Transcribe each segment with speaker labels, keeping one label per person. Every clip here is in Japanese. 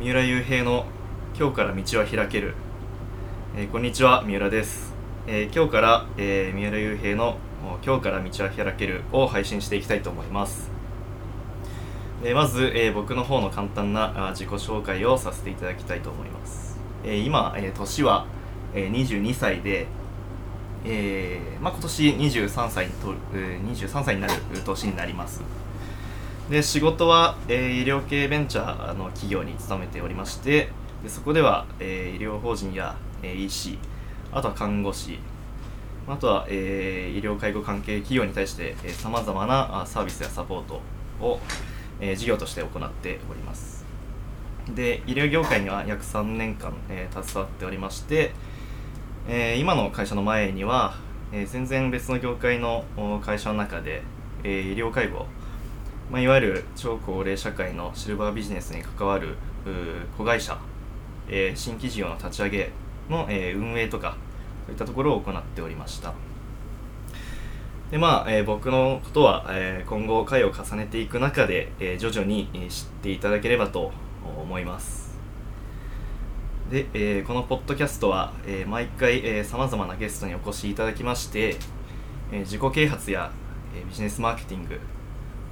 Speaker 1: 三浦雄平の「今日から道は開ける」えーこんにちは三浦です、えー今日から、えー三浦雄平の「今日から道は開ける」を配信していきたいと思いますでまず、えー僕の方の簡単なあー自己紹介をさせていただきたいと思います、えー今、えー年は、えー22歳でえーまあ、今年23歳にと、えー23歳になる年になりますで仕事は、えー医療系ベンチャーの企業に勤めておりましてでそこでは、えー医療法人や、えー医師あとは看護師あとは、えー医療介護関係企業に対してさまざまなあサービスやサポートを、えー事業として行っておりますで医療業界には約3年間、えー携わっておりまして、えー今の会社の前には、えー全然別の業界のお会社の中で、えー医療介護、まあ、いわゆる超高齢社会のシルバービジネスに関わるうー子会社、えー新規事業の立ち上げの、えー運営とかそういったところを行っておりましたでまあ、えー僕のことは、えー今後回を重ねていく中で、えー徐々にえー知っていただければと思いますで、えーこのポッドキャストは、えー毎回さまざまなゲストにお越しいただきまして、えー自己啓発や、えービジネスマーケティング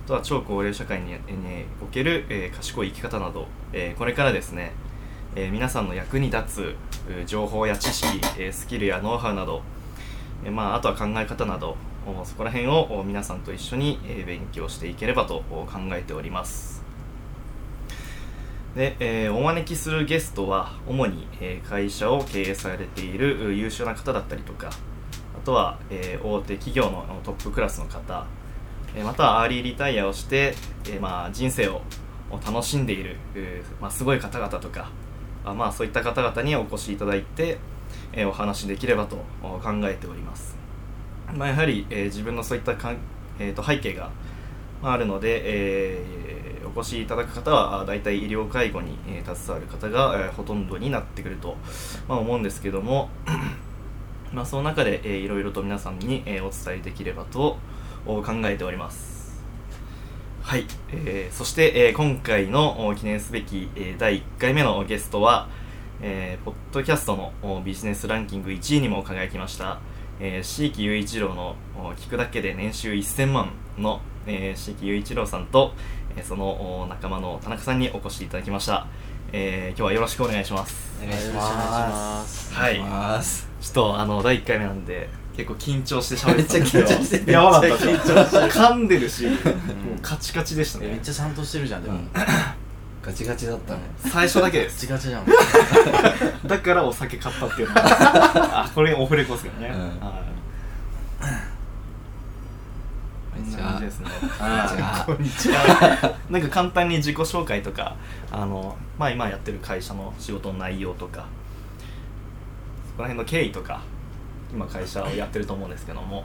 Speaker 1: あとは超高齢社会に,、えーにおける、えー賢い生き方など、えーこれからですね、えー皆さんの役に立つうー情報や知識、えースキルやノウハウなど、えーまあ、あとは考え方などおそこら辺をお皆さんと一緒に、えー勉強していければとお考えております。で、えーお招きするゲストは主に、えー会社を経営されているう優秀な方だったりとかあとは、えー大手企業のあのトップクラスの方、えーまたはアーリーリタイアをして、えーまあ、人生を楽しんでいる、えーまあ、すごい方々とかあ、まあ、そういった方々にお越しいただいて、えーお話しできればとお考えております。まあ、やはり、えー自分のそういったかん、えーと背景がまああるので、えーお越しいただく方はあ大体医療介護に、えー携わる方が、えーほとんどになってくると、まあ、思うんですけどもまあその中で、えーいろいろと皆さんに、えーお伝えできればとお考えておりますはい、えーそして、えー今回のお記念すべき、えー第1回目のゲストは、えーポッドキャストのおビジネスランキング1位にも輝きましたえー、椎木雄一郎のお聞くだけで年収1000万の、えー、椎木雄一郎さんと、えーそのお仲間の田中さんにお越しいただきました、えー今日はよろしくお願いします
Speaker 2: お願いします。
Speaker 1: はい
Speaker 2: お願いします
Speaker 1: ちょっとあの第1回目なんで結構緊張して喋っ
Speaker 2: めってち
Speaker 1: た
Speaker 2: ゃ
Speaker 1: んですけど
Speaker 2: 緊張してる。
Speaker 3: やばかった
Speaker 2: めちゃ緊張してる
Speaker 1: 噛んでるし、もうカチカチでした
Speaker 3: えめっ
Speaker 1: ね
Speaker 3: ちゃちゃんとしてるじゃんで も、
Speaker 2: うんガチガチだったね。
Speaker 1: 最初だけで
Speaker 3: ガチ
Speaker 1: す
Speaker 3: ガチじゃん
Speaker 1: だからお酒買ったっていう のがあこれオフレコですからね、
Speaker 2: うん
Speaker 1: はい
Speaker 2: めっちゃ
Speaker 1: こんな感じですね
Speaker 2: あ
Speaker 1: こんにちは。 なんか簡単に自己紹介とか、あの、まあ今やってる会社の仕事の内容とか、そこら辺の経緯とか、今会社をやってると思うんですけど も、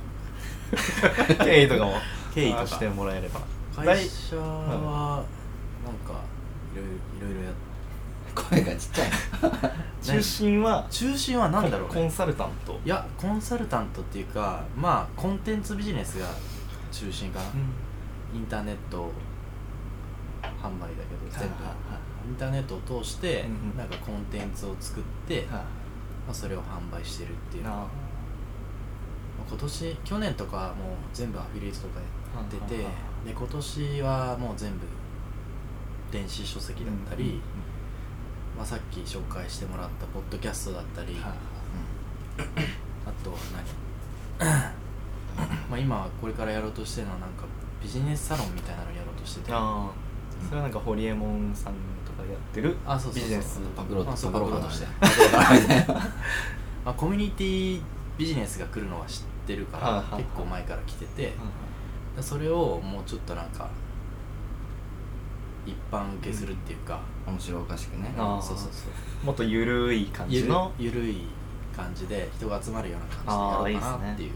Speaker 1: 経緯とかも、経緯としてもらえれば。
Speaker 3: 会社はなんかいろいろいろいろやっ
Speaker 2: 声がちっち ゃい。
Speaker 1: 中心は、
Speaker 3: 中心は何だろう
Speaker 1: コン
Speaker 3: ね
Speaker 1: サルタント。
Speaker 3: いやコンサルタントっていうかまあコンテンツビジネスが中心かな、インターネット販売だけど全部
Speaker 1: はいはいは
Speaker 3: インターネットを通して
Speaker 1: うんうん
Speaker 3: なんかコンテンツを作って、ま
Speaker 1: は
Speaker 3: あ、それを販売してるってい
Speaker 1: いうな
Speaker 3: ま
Speaker 1: あ
Speaker 3: あ今年去年とかはもう全部アフィリエイトとかやってて
Speaker 1: うんうん
Speaker 3: で今年はもう全部電子書籍だったり、
Speaker 1: うんうん
Speaker 3: まあ、さっき紹介してもらったポッドキャストだった
Speaker 1: は
Speaker 3: り、
Speaker 1: いはい
Speaker 3: うんあとは何 まあ今これからやろうとしてるのはなんかビジネスサロンみたいなのやろうとしてて
Speaker 1: ああそれはなんかホリエモンさんとかやってる
Speaker 3: あそうそうそう
Speaker 1: ビジネス
Speaker 2: パ
Speaker 3: パク
Speaker 2: ク
Speaker 3: ロ
Speaker 2: ロ
Speaker 3: まあそう
Speaker 2: パクロ
Speaker 3: パク
Speaker 2: だ
Speaker 3: ロとして
Speaker 2: パクロだみたいな。
Speaker 3: まあ、コミュニティビジネスが来るのは知ってるから、
Speaker 1: はいはいはい
Speaker 3: 結構前から来てて、それをもうちょっとなんか一般受けするっていうか、
Speaker 2: 面白おかしくね。
Speaker 1: あー
Speaker 3: そうそうそう
Speaker 1: もっとゆるい感
Speaker 3: ゆ
Speaker 1: じ
Speaker 3: る
Speaker 1: の
Speaker 3: ゆるい感じで人が集まるような感じでやろうかなっていう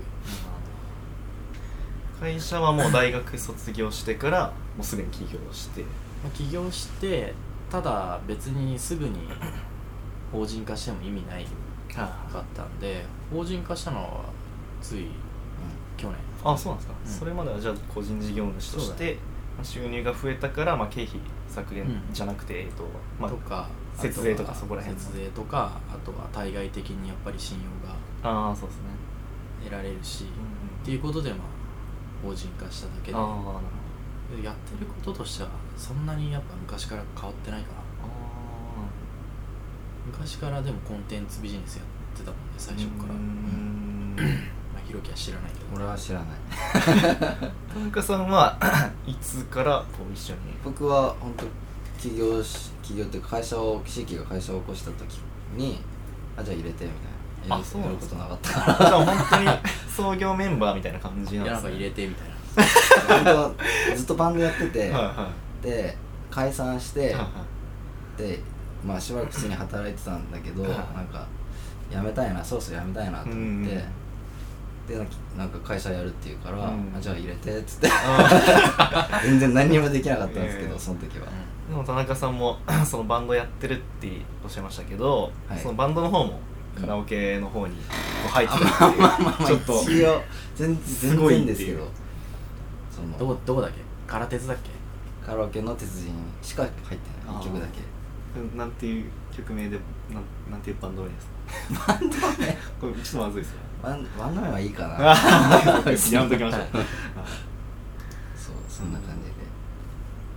Speaker 1: 会社はもう大学卒業してからもうすでに起業して
Speaker 3: まあ、起業してただ別にすぐに法人化しても意味ないかったんで法人化したのはつい去年
Speaker 1: あそうなんですか、
Speaker 3: うん
Speaker 1: それまではじゃあ個人事業主とし
Speaker 3: そうだ
Speaker 1: て、まあ収入が増えたからまあ経費削減
Speaker 3: うん
Speaker 1: じゃなくて、えっとまあ
Speaker 3: と、か
Speaker 1: 節税とか
Speaker 3: あは
Speaker 1: そこら辺の
Speaker 3: 節税とかあとは対外的にやっぱり信用が
Speaker 1: ああそうですね、
Speaker 3: 得られるし、
Speaker 1: うんうん
Speaker 3: っていうことでまあ法人化しただけで
Speaker 1: ああなるほど
Speaker 3: やってることとしてはそんなにやっぱ昔から変わってないかな
Speaker 1: あ
Speaker 3: 昔からでもコンテンツビジネスやってたもんね
Speaker 1: ー
Speaker 3: 最初から
Speaker 1: うーん
Speaker 3: まあひろきは知らないけど
Speaker 2: 俺は知らない
Speaker 1: 田中さんは いつからこう一緒に
Speaker 2: 僕は本当起業し起業っていうか会社を岸木が会社を起こした時にあじゃあ入れてみたいな
Speaker 1: あ
Speaker 2: やる
Speaker 1: そうな
Speaker 2: や
Speaker 1: ん
Speaker 2: る
Speaker 1: で
Speaker 2: こ
Speaker 1: す
Speaker 2: と
Speaker 1: か
Speaker 2: なかった
Speaker 1: じゃあ本当に創業メンバーみたいな感じ
Speaker 3: い
Speaker 1: な
Speaker 3: や
Speaker 1: んで
Speaker 3: なん
Speaker 1: す
Speaker 3: か
Speaker 1: ね
Speaker 3: 入れてみたい な
Speaker 2: 本当ずっとバンドやってて、
Speaker 1: はいは
Speaker 2: で解散し
Speaker 1: い
Speaker 2: て
Speaker 1: はい
Speaker 2: でまあしばらく普通に働いてたんだけど
Speaker 1: はい
Speaker 2: なんかやめたいなそろそろやめたいなと思っ
Speaker 1: う
Speaker 2: て、
Speaker 1: んうん
Speaker 2: でなんかなんか会社やるっていうから、
Speaker 1: うん
Speaker 2: あじゃあ入れてっつって
Speaker 1: はいあ
Speaker 2: 全然何にもできなかったんですけど、
Speaker 1: ええ
Speaker 2: その時は、
Speaker 1: ーでも田中さんも そのバンドやってるっておっしゃいましたけど、
Speaker 2: はい
Speaker 1: そのバンドの方もカラオケの方にこう入ってるっていう、
Speaker 2: まあまあまあ
Speaker 1: ちょっと
Speaker 2: 一応全
Speaker 1: す
Speaker 2: 全
Speaker 1: ごい
Speaker 2: 然
Speaker 1: っていう
Speaker 2: ですけどそ
Speaker 3: ど
Speaker 2: の
Speaker 3: こどこだっけ空手だっけ
Speaker 2: カラオケの鉄人しか入ってない
Speaker 1: あー
Speaker 2: 1曲だけ
Speaker 1: なんていう曲名でなんなんていうバンド名ですかバンド名これちょっとまずいですね
Speaker 2: ワンワンナメはいいかな
Speaker 1: あー やめときましょう
Speaker 2: そうそんな感じで、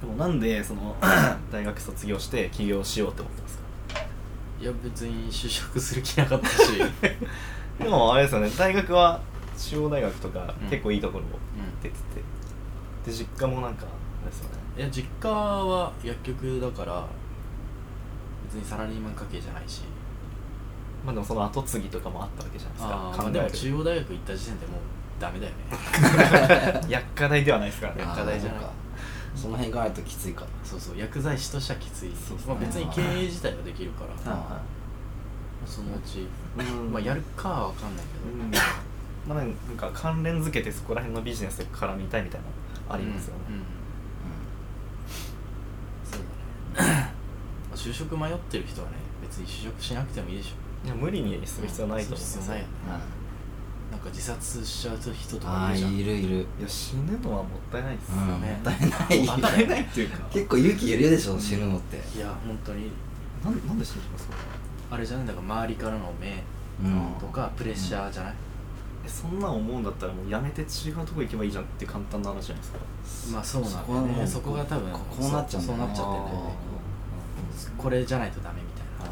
Speaker 1: でもなんでその大学卒業して起業しようって思ったんですか
Speaker 3: いや別に就職する気なかった し、うん、
Speaker 1: でもあれですよね大学は中央大学とか
Speaker 3: うん
Speaker 1: 結構いいところ出ててで実家もなんかあれですよね
Speaker 3: いや実家は薬局だから別にサラリーマン家系じゃないし
Speaker 1: まあでもその後継ぎとかもあったわけじゃ
Speaker 3: あーま
Speaker 1: な
Speaker 3: あ
Speaker 1: い
Speaker 3: でも
Speaker 1: ですか考
Speaker 3: 中央大学行った時点でもうダメだよね
Speaker 1: えると薬科大ではないですからね
Speaker 3: 薬
Speaker 2: あ
Speaker 3: 科大じゃ
Speaker 2: ー
Speaker 3: ない
Speaker 2: そっその辺がないときついか
Speaker 3: そうそう薬剤師としてはきつい
Speaker 1: そうそう
Speaker 3: まあ、別に経営自体はできるから
Speaker 2: あ
Speaker 1: は
Speaker 3: そのうち、
Speaker 1: いはいうん
Speaker 3: まあ、やるかは分かんないけど、
Speaker 1: うんまあなんか関連づけてそこら辺のビジネスと絡みたいみたいなのありますよね、
Speaker 3: うんうん
Speaker 2: う
Speaker 3: そうだねまあ就職迷ってる人はね別に就職しなくてもいいでしょ
Speaker 1: いや無理にする必要ないと思うんです
Speaker 3: する必
Speaker 1: よ
Speaker 3: 要ないよね
Speaker 2: んまあ
Speaker 3: なんか自殺しちゃう人とか
Speaker 2: あ
Speaker 3: いるじゃん
Speaker 2: ーいるいる
Speaker 1: いや死ぬのはもったいないですよ
Speaker 2: うん
Speaker 1: ね、
Speaker 3: ね
Speaker 2: もったいない
Speaker 3: も
Speaker 1: も
Speaker 3: っ
Speaker 1: ったた
Speaker 3: い
Speaker 1: い
Speaker 3: な
Speaker 1: ないいっていうか
Speaker 2: 結構勇気いるでしょ死ぬのって
Speaker 3: いや本当に
Speaker 1: なんなんで死ぬんですか
Speaker 3: あれじゃないだから周りからの目
Speaker 2: うん
Speaker 3: とかプレッシャーじゃない、
Speaker 1: えそんなん思うんだったらもうやめて違うとこ行けばいいじゃんって簡単な話じゃないですか
Speaker 3: まあそうなんだよねそこが多分
Speaker 2: ここうなっちゃうんだ
Speaker 3: そう
Speaker 2: よ
Speaker 3: な
Speaker 2: ね
Speaker 3: っちゃってんだよねこれじゃないとダメみたい
Speaker 1: あー
Speaker 3: な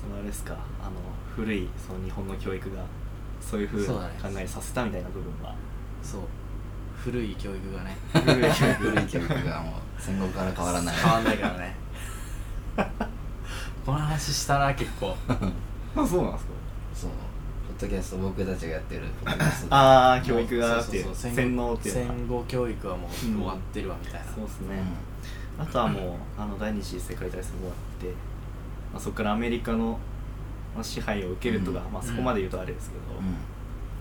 Speaker 1: そのあれですかあの古いその日本の教育がそういうふう
Speaker 3: そう
Speaker 1: な
Speaker 3: だね
Speaker 1: 考えさせたみたいな部分は
Speaker 3: そう古い教育がね
Speaker 1: 古い教育
Speaker 2: 古い教育がもう戦後から変わらない
Speaker 3: 変わんないからねこの話したな結構
Speaker 1: あそうなんですか
Speaker 2: そうポッドキャスト僕たちがやってるポッドキャストで
Speaker 1: ああ教育がっていう
Speaker 3: そうそうそう
Speaker 1: 洗脳っていうのが
Speaker 3: 戦後教育はもう終わってるわみたいな、
Speaker 1: そうです
Speaker 2: う
Speaker 1: ね、
Speaker 2: ん
Speaker 1: あとはもうあの第二次世界大戦終わって、まあ、そこからアメリカの、まあ、支配を受けるとか、
Speaker 2: うん
Speaker 1: まあ、そこまで言うとあれですけど、
Speaker 2: うん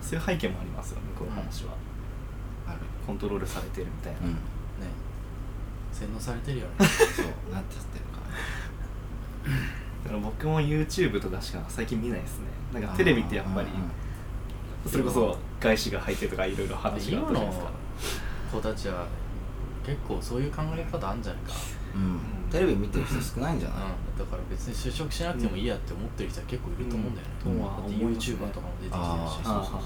Speaker 1: そういう背景もありますよねこの話は、
Speaker 2: ある
Speaker 1: コントロールされてるみたいな、
Speaker 2: うん
Speaker 3: ね洗脳されてるよね
Speaker 2: そうなっちゃってるから
Speaker 1: だから僕も YouTube とかしか最近見ないですねなんかテレビってやっぱり
Speaker 2: うんうん
Speaker 1: それこそ外資が入ってとかいろいろ話があったじゃ
Speaker 3: 今
Speaker 1: ないで
Speaker 3: の
Speaker 1: すか
Speaker 3: 子たちは結構そういう考え方あるんじゃないか、
Speaker 2: うんテレビ見てる人少ないんじゃ
Speaker 3: うん
Speaker 2: ない、
Speaker 3: だから別に就職しなくてもいいやって思ってる人は結構いると思うんだよね、
Speaker 1: うん
Speaker 2: うん
Speaker 3: だって
Speaker 1: とは思いますね
Speaker 3: YouTuber とかも出
Speaker 2: あ
Speaker 3: てきてるしそう
Speaker 1: あ
Speaker 3: そうそう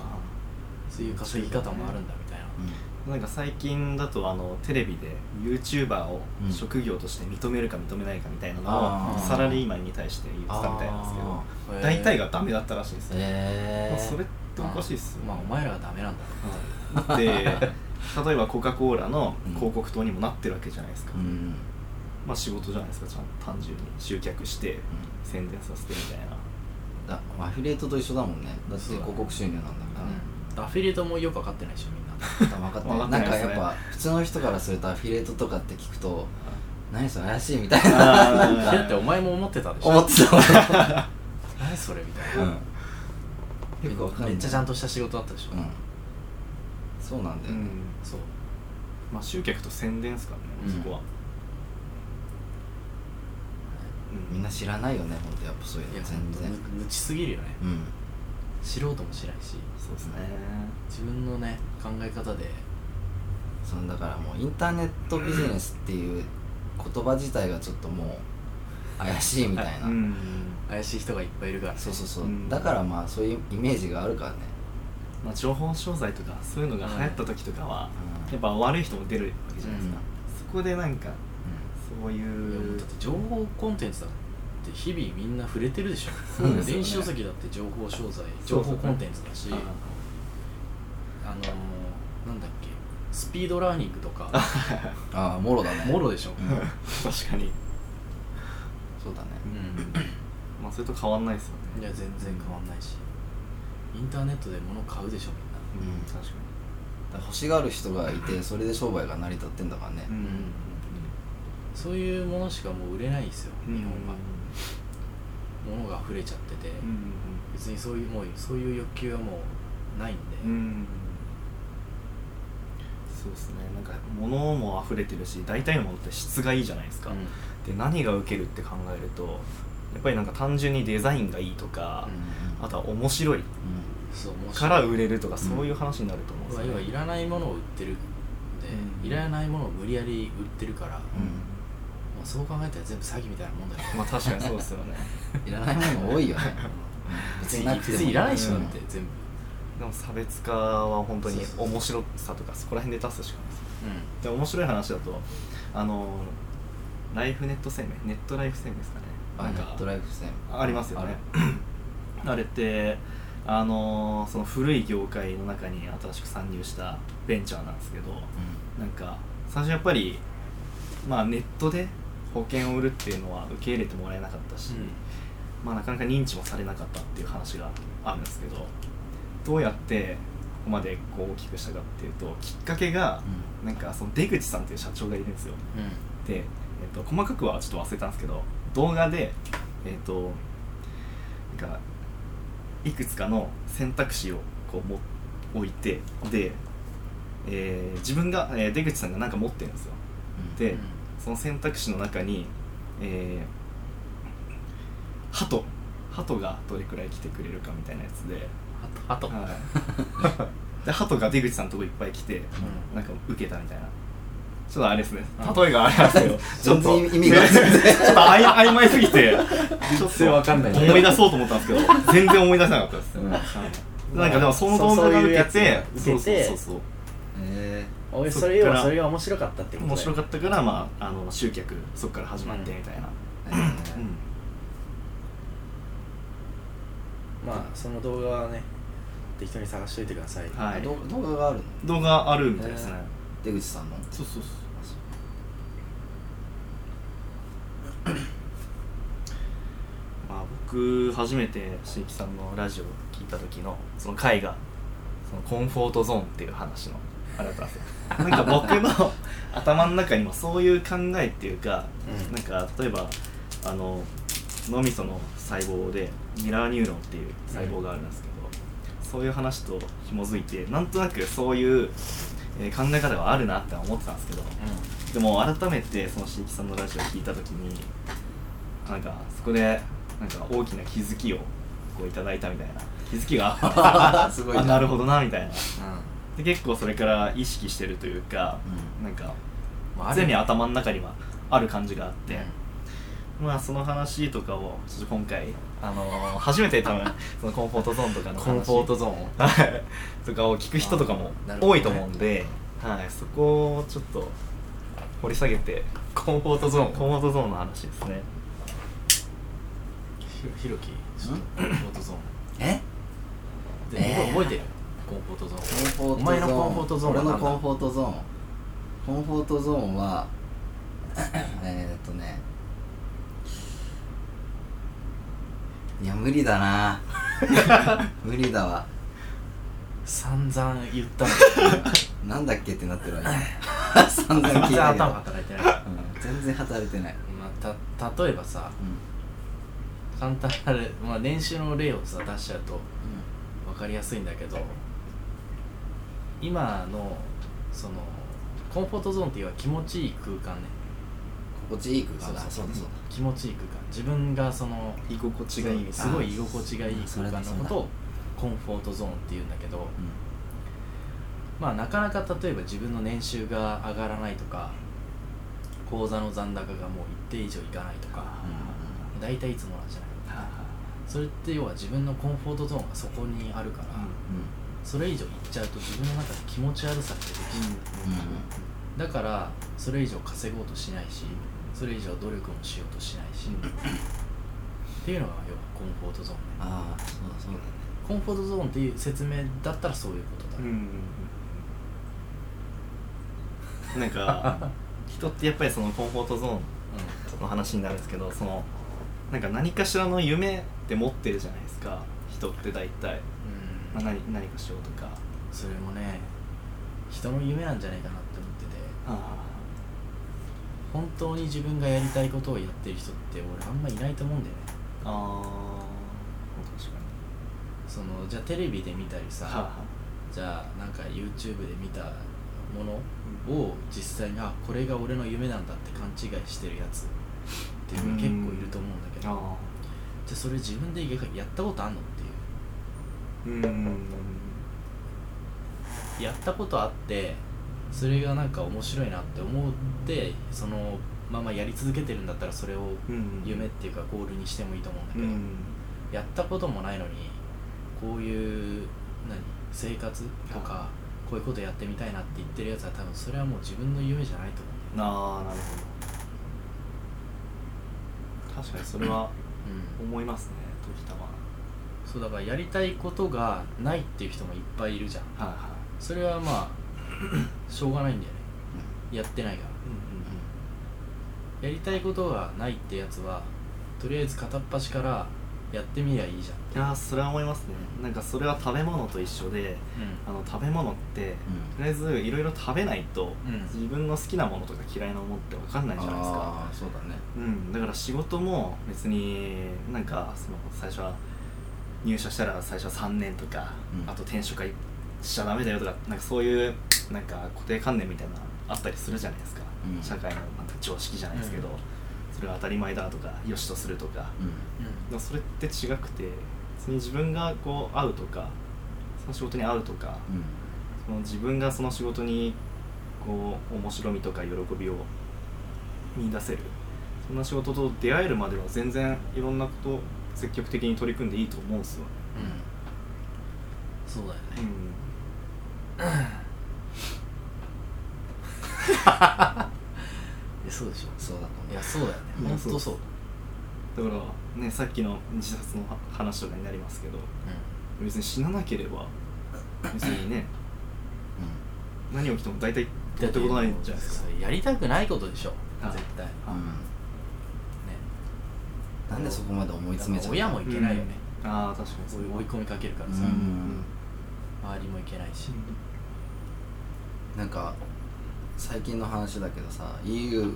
Speaker 3: そういう稼ぎ方もあるんだみたいな、
Speaker 1: あなんか最近だとあのテレビで YouTuber を
Speaker 2: うん
Speaker 1: 職業として認めるか認めないかみたいなの
Speaker 2: あ
Speaker 1: を
Speaker 2: ー
Speaker 1: サラリーマンに対して言ってたみたいなんですけど
Speaker 2: あ
Speaker 3: へー
Speaker 1: 大体がダメだったらしいですね、
Speaker 2: え
Speaker 1: ま
Speaker 2: ー、
Speaker 1: あそれっておかしいっすよね
Speaker 3: まあお前らがダメなんだ
Speaker 1: はいで例えばコカ・コーラの広告塔にもなってるわけじゃないですか、
Speaker 2: うんうん
Speaker 1: まあ仕事じゃないですかちゃんと単純に集客して宣伝させてみたいな
Speaker 2: だアフィリエイトと一緒だもんねだって
Speaker 3: そうだね
Speaker 2: 広告収入なんだから、
Speaker 3: うんアフィリエイトもよく分かってないでしょみんな
Speaker 2: 分かってない
Speaker 1: わか
Speaker 2: な
Speaker 1: っ
Speaker 2: ん
Speaker 1: て
Speaker 2: か
Speaker 1: ないですね
Speaker 2: やっぱ普通の人からするとアフィリエイトとかって聞くと何それ怪しいみたいな
Speaker 1: あー
Speaker 3: だってお前も思ってたでしょ
Speaker 2: 思ってたもん、
Speaker 3: 何それみたいな、
Speaker 2: うん、よくわかんない
Speaker 3: めっちゃちゃんとした仕事だったでしょ、
Speaker 2: うんそうなんだ
Speaker 1: う
Speaker 2: よね、
Speaker 1: ん
Speaker 3: そう
Speaker 1: まあ集客と宣伝ですからね、
Speaker 2: うん
Speaker 1: そこは、う
Speaker 2: みんな知らないよねほんとやっぱそう
Speaker 3: い
Speaker 2: いう
Speaker 3: や
Speaker 2: の全
Speaker 3: ほ
Speaker 2: 然
Speaker 3: んと無無知すぎるよね、
Speaker 2: うん
Speaker 3: 素人も知らんし
Speaker 1: そうですね
Speaker 3: 自分のね考え方で
Speaker 2: そのだからもうインターネットビジネスっていう言葉自体がちょっともう怪しいみたいな、
Speaker 1: う
Speaker 3: うんん怪しい人がいっぱいいるからね
Speaker 2: そうそうそう、
Speaker 1: うん
Speaker 2: だからまあそういうイメージがあるからね
Speaker 1: まあ、情報商材とかそういうのが流行った時とかは、
Speaker 2: うん
Speaker 1: やっぱ悪い人も出るわけじゃないですか、そこでなんか
Speaker 2: う
Speaker 1: そうい
Speaker 3: いやもう
Speaker 1: う
Speaker 3: だって情報コンテンツだって日々みんな触れてるでしょ
Speaker 1: そうですよね
Speaker 3: 電子書籍だって情報商材
Speaker 1: そうで
Speaker 3: 情
Speaker 1: すよ
Speaker 3: 報
Speaker 1: ね
Speaker 3: コンテンツだし、あのー、なんだっけスピードラーニングとか
Speaker 2: んああもろだね
Speaker 3: もろでしょ、
Speaker 2: うん
Speaker 1: 確かに、
Speaker 2: そうだね
Speaker 1: まあ、それと変わんないですよ
Speaker 3: い
Speaker 1: ね
Speaker 3: や全然変わんないしインターネットで物買うでしょみ
Speaker 1: うんん確か
Speaker 2: だから欲しがる人がいてそれで商売が成り立ってんだからね、
Speaker 1: にうん
Speaker 3: んな、そういうものしかもう売れないんですよ日本は、物が溢れちゃってて、
Speaker 1: うん
Speaker 3: 別にそういうもうそういう欲求はもうないんで、
Speaker 1: うんうんそうですねなんか物も溢れてるし大体のものって質がいいじゃないですか、
Speaker 3: うん
Speaker 1: で何が受けるって考えるとやっぱりなんか単純にデザインがいいとか、あとは面白い
Speaker 2: うん
Speaker 3: そうもし
Speaker 1: から売れるとかそういう話になると思うんです
Speaker 3: 要
Speaker 1: よ
Speaker 3: は
Speaker 1: ね
Speaker 3: いらないものを売ってるんで、
Speaker 1: うん
Speaker 3: いらないものを無理やり売ってるから、
Speaker 2: うん
Speaker 3: まあ、そう考えたら全部詐欺みたいなもんだよね
Speaker 1: まあ確かにそうですよね
Speaker 2: いらないもの多いよね
Speaker 3: 別に別にいらないでしょだって全部、
Speaker 1: でも差別化は本当に
Speaker 3: そうそうそう
Speaker 1: 面白さとかそこら辺で出すしかないです
Speaker 3: う
Speaker 1: で面白い話だとあのライフネット生命ネットライフ生命ですかね
Speaker 2: あ
Speaker 1: なん
Speaker 2: ネ
Speaker 1: か
Speaker 2: ットライフ線
Speaker 1: ありますよね あれってあのその古い業界の中に新しく参入したベンチャーなんですけどなんか最初やっぱりまあネットで保険を売るっていうのは受け入れてもらえなかったし、
Speaker 3: ん
Speaker 1: まあ、なかなか認知もされなかったっていう話があるんですけどどうやってここまでこう大きくしたかっていうときっかけがなんかその出口さんっていう社長がいるんですよ
Speaker 3: う
Speaker 1: で、えっと細かくはちょっと忘れたんですけど動画でえっ、となんかいくつかの選択肢をこうも置いてで、えー自分が、えー出口さんが何か持ってるんですよ
Speaker 2: で
Speaker 1: で、
Speaker 3: うん
Speaker 1: その選択肢の中に、えー、ハトハトがどれくらい来てくれるかみたいなやつで,、
Speaker 3: んあとあと、
Speaker 1: はい、でハトが出口さんのとこいっぱい来て
Speaker 3: うん
Speaker 1: なんか受けたみたいなちょっとあれですね例えがあれなんですよちょっと
Speaker 2: 全然意味が
Speaker 1: ちょっとあい曖昧すぎて
Speaker 3: 全然わかんないね
Speaker 1: 思い出そうと思ったんですけど全然思い出せなかったです、
Speaker 2: うん
Speaker 1: なんかでもその動画が受けて
Speaker 4: そうそういうやつが受けて
Speaker 1: そうそうそうそう
Speaker 2: え
Speaker 4: おい
Speaker 1: そっ
Speaker 4: それ要
Speaker 1: か
Speaker 4: は
Speaker 1: ら
Speaker 4: それが面白かったってことだよ
Speaker 1: 面白かったから、まあ、あの集客そこから始まってみたいな、
Speaker 2: ーえー
Speaker 1: うん
Speaker 4: まあその動画はね適当に探しておいてください、
Speaker 1: はい
Speaker 2: ど動画があるの
Speaker 1: 動画あるみたいですね、
Speaker 2: 出口さんの
Speaker 1: そうそうそうまあ僕初めて椎木さんのラジオ聞いた時のその回がそのコンフォートゾーンっていう話のあれだった んですよなんか僕の頭の中にもそういう考えっていうか、
Speaker 4: うん
Speaker 1: なんか例えばあの脳みその細胞でミラーニューロンっていう細胞があるんですけど、そういう話と紐づいてなんとなくそういう、えー考え方があるなって思ってたんですけどでも改めてその椎木さんのラジオを聞いた時になんかそこでなんか大きな気づきをこういただいたみたいな気づきがあ
Speaker 2: すごいな
Speaker 1: あなるほどなみたいな
Speaker 2: う
Speaker 1: で結構それから意識してるというか、
Speaker 2: うん
Speaker 1: なんか
Speaker 3: まあ
Speaker 1: 常に
Speaker 3: ある
Speaker 1: 頭の中にはある感じがあっ
Speaker 3: う
Speaker 1: て
Speaker 3: ん、
Speaker 1: まあその話とかをちょっと今回、あの ー初めて多分そのコンフォートゾーンとかの話
Speaker 3: コンフォートゾーン
Speaker 1: はいとかを聞く人とかも
Speaker 3: あなるほど
Speaker 1: 多
Speaker 3: ね
Speaker 1: いと思うんで、はい、そこをちょっと掘り下げて
Speaker 3: コンフォートゾーン
Speaker 1: コンフォートゾーンの話ですね
Speaker 3: ひろひろきちょっとコンフォートゾ ーン
Speaker 2: え
Speaker 3: で
Speaker 2: えー
Speaker 3: 僕覚えてるコンフォートゾ
Speaker 2: コ
Speaker 3: ー
Speaker 2: ンフォートゾーン
Speaker 3: ンお前のコンフォートゾーンは
Speaker 2: 俺
Speaker 3: 何だ
Speaker 2: のコンフォートゾーンコンフォートゾーンは えーっとねいや無理だ な無理だわ
Speaker 3: 散々言ったの
Speaker 2: なんだっけってなってるわ今散々聞い た
Speaker 3: 全然
Speaker 2: け
Speaker 3: 頭
Speaker 2: ど、
Speaker 3: 働 いてない、ま
Speaker 2: うん全然働いてない、
Speaker 3: あ、た例えばさ簡単なれ、まあ、練習の例をさ出しちゃうと
Speaker 2: う
Speaker 3: 分かりやすいんだけど今のそのコンフォートゾーンっていうのは気持ちいい空間
Speaker 2: ん、
Speaker 3: ね
Speaker 2: 心地いい空間だ
Speaker 3: そう
Speaker 2: そうだそうだ
Speaker 3: 気持ちいい空間自分がその
Speaker 1: 居心地がいい
Speaker 3: すごい居心地がいい空間のこと
Speaker 2: あ
Speaker 3: をコンフォートゾーンっていうんだけど
Speaker 2: うん
Speaker 3: まあなかなか例えば自分の年収が上がらないとか口座の残高がもう一定以上いかないとか、大体いつもなんじゃない
Speaker 1: はあは
Speaker 3: それって要は自分のコンフォートゾーンがそこにあるから、それ以上いっちゃうと自分の中で気持ち悪さって出てきて、だからそれ以上稼ごうとしないしそれ以上努力もしようとしないし、っていうのが要はコンフォートゾーンね
Speaker 2: ああそうだそうだね
Speaker 3: コンフォートゾーンっていう説明だったらそういうことだ、
Speaker 1: うんうんうんなん か人ってやっぱりそのコンフォートゾーンの話になるんですけどそのなんか何かしらの夢って持ってるじゃないですか人って大体、
Speaker 3: うん
Speaker 1: まあ、何何かしようとか
Speaker 3: それもね人の夢なんじゃないかなって思ってて
Speaker 1: あ
Speaker 3: 本当に自分がやりたいことをやってる人って俺あんまいないと思うんだよね
Speaker 1: あ確かに
Speaker 3: そのじゃあテレビで見たりさ、
Speaker 1: はあはあ
Speaker 3: じゃあなんか YouTube で見たものを実際にあこれが俺の夢なんだって勘違いしてるやつっていうのが結構いると思うんだけど、
Speaker 1: あ
Speaker 3: じゃあそれ自分でやったことあんのっていう
Speaker 1: ーうん
Speaker 3: やったことあってそれがなんか面白いなって思ってそのままやり続けてるんだったらそれを
Speaker 1: うん
Speaker 3: 夢っていうかゴールにしてもいいと思うんだ
Speaker 1: う
Speaker 3: けど、
Speaker 1: ん
Speaker 3: やったこともないのにこういう何生活とかこういうことやってみたいなって言ってるやつは多分それはもう自分の夢じゃないと
Speaker 1: な
Speaker 3: 思
Speaker 1: あなるほど確かにそれは
Speaker 3: う、うん、
Speaker 1: 思いますね時たま
Speaker 3: そうだからやりたいことがないっていう人もいっぱいいるじゃん
Speaker 1: はいは
Speaker 3: それはまあしょうがないんだよねやってないか
Speaker 1: いうん
Speaker 3: らやりたいことがないってやつはとりあえず片っ端からやってみりゃいいじゃん
Speaker 1: いやーそれは思いますねなんかそれは食べ物と一緒であの食べ物ってとりあえずいろいろ食べないと、
Speaker 3: うん
Speaker 1: 自分の好きなものとか嫌いなものって分かんないじゃないですか
Speaker 2: ああそうだね
Speaker 1: うん、だから仕事も別になんかその最初は入社したら最初は3年とか、
Speaker 2: うん
Speaker 1: あと転職しちゃダメだよとかなんかそういうなんか固定観念みたいなのあったりするじゃないですか、
Speaker 2: うん
Speaker 1: 社会のなんか常識じゃないですけど、
Speaker 3: うん
Speaker 1: それが当たり前だとかよしとするとか、
Speaker 2: うん
Speaker 1: でもそれって違くて別に自分がこう合うとかその仕事に合うとか、
Speaker 2: うん
Speaker 1: その自分がその仕事にこう面白みとか喜びを見出せるそんな仕事と出会えるまでは全然いろんなことを積極的に取り組んでいいと思うんですよ、
Speaker 3: うんそうだよね、いやそうでしょ
Speaker 2: そうだと思う
Speaker 3: いやそうだよね、
Speaker 1: うん
Speaker 3: ほんとそう、う
Speaker 1: だからねさっきの自殺の話とかになりますけど
Speaker 3: ん、
Speaker 1: 別に死ななければ別に ね何起きても大体どうってことないんじゃないですか
Speaker 3: だってやりたくないことでしょ
Speaker 1: はい
Speaker 3: 絶対ね
Speaker 2: うんうんなんでそこまで思い詰めちゃう
Speaker 3: 親もいけないよね、
Speaker 1: うんああ確かに
Speaker 3: こ
Speaker 1: そう
Speaker 3: いう追い込みかけるから
Speaker 2: う
Speaker 3: さ、
Speaker 2: ん
Speaker 3: 周りもいけないし、
Speaker 2: なんか最近の話だけどさ EU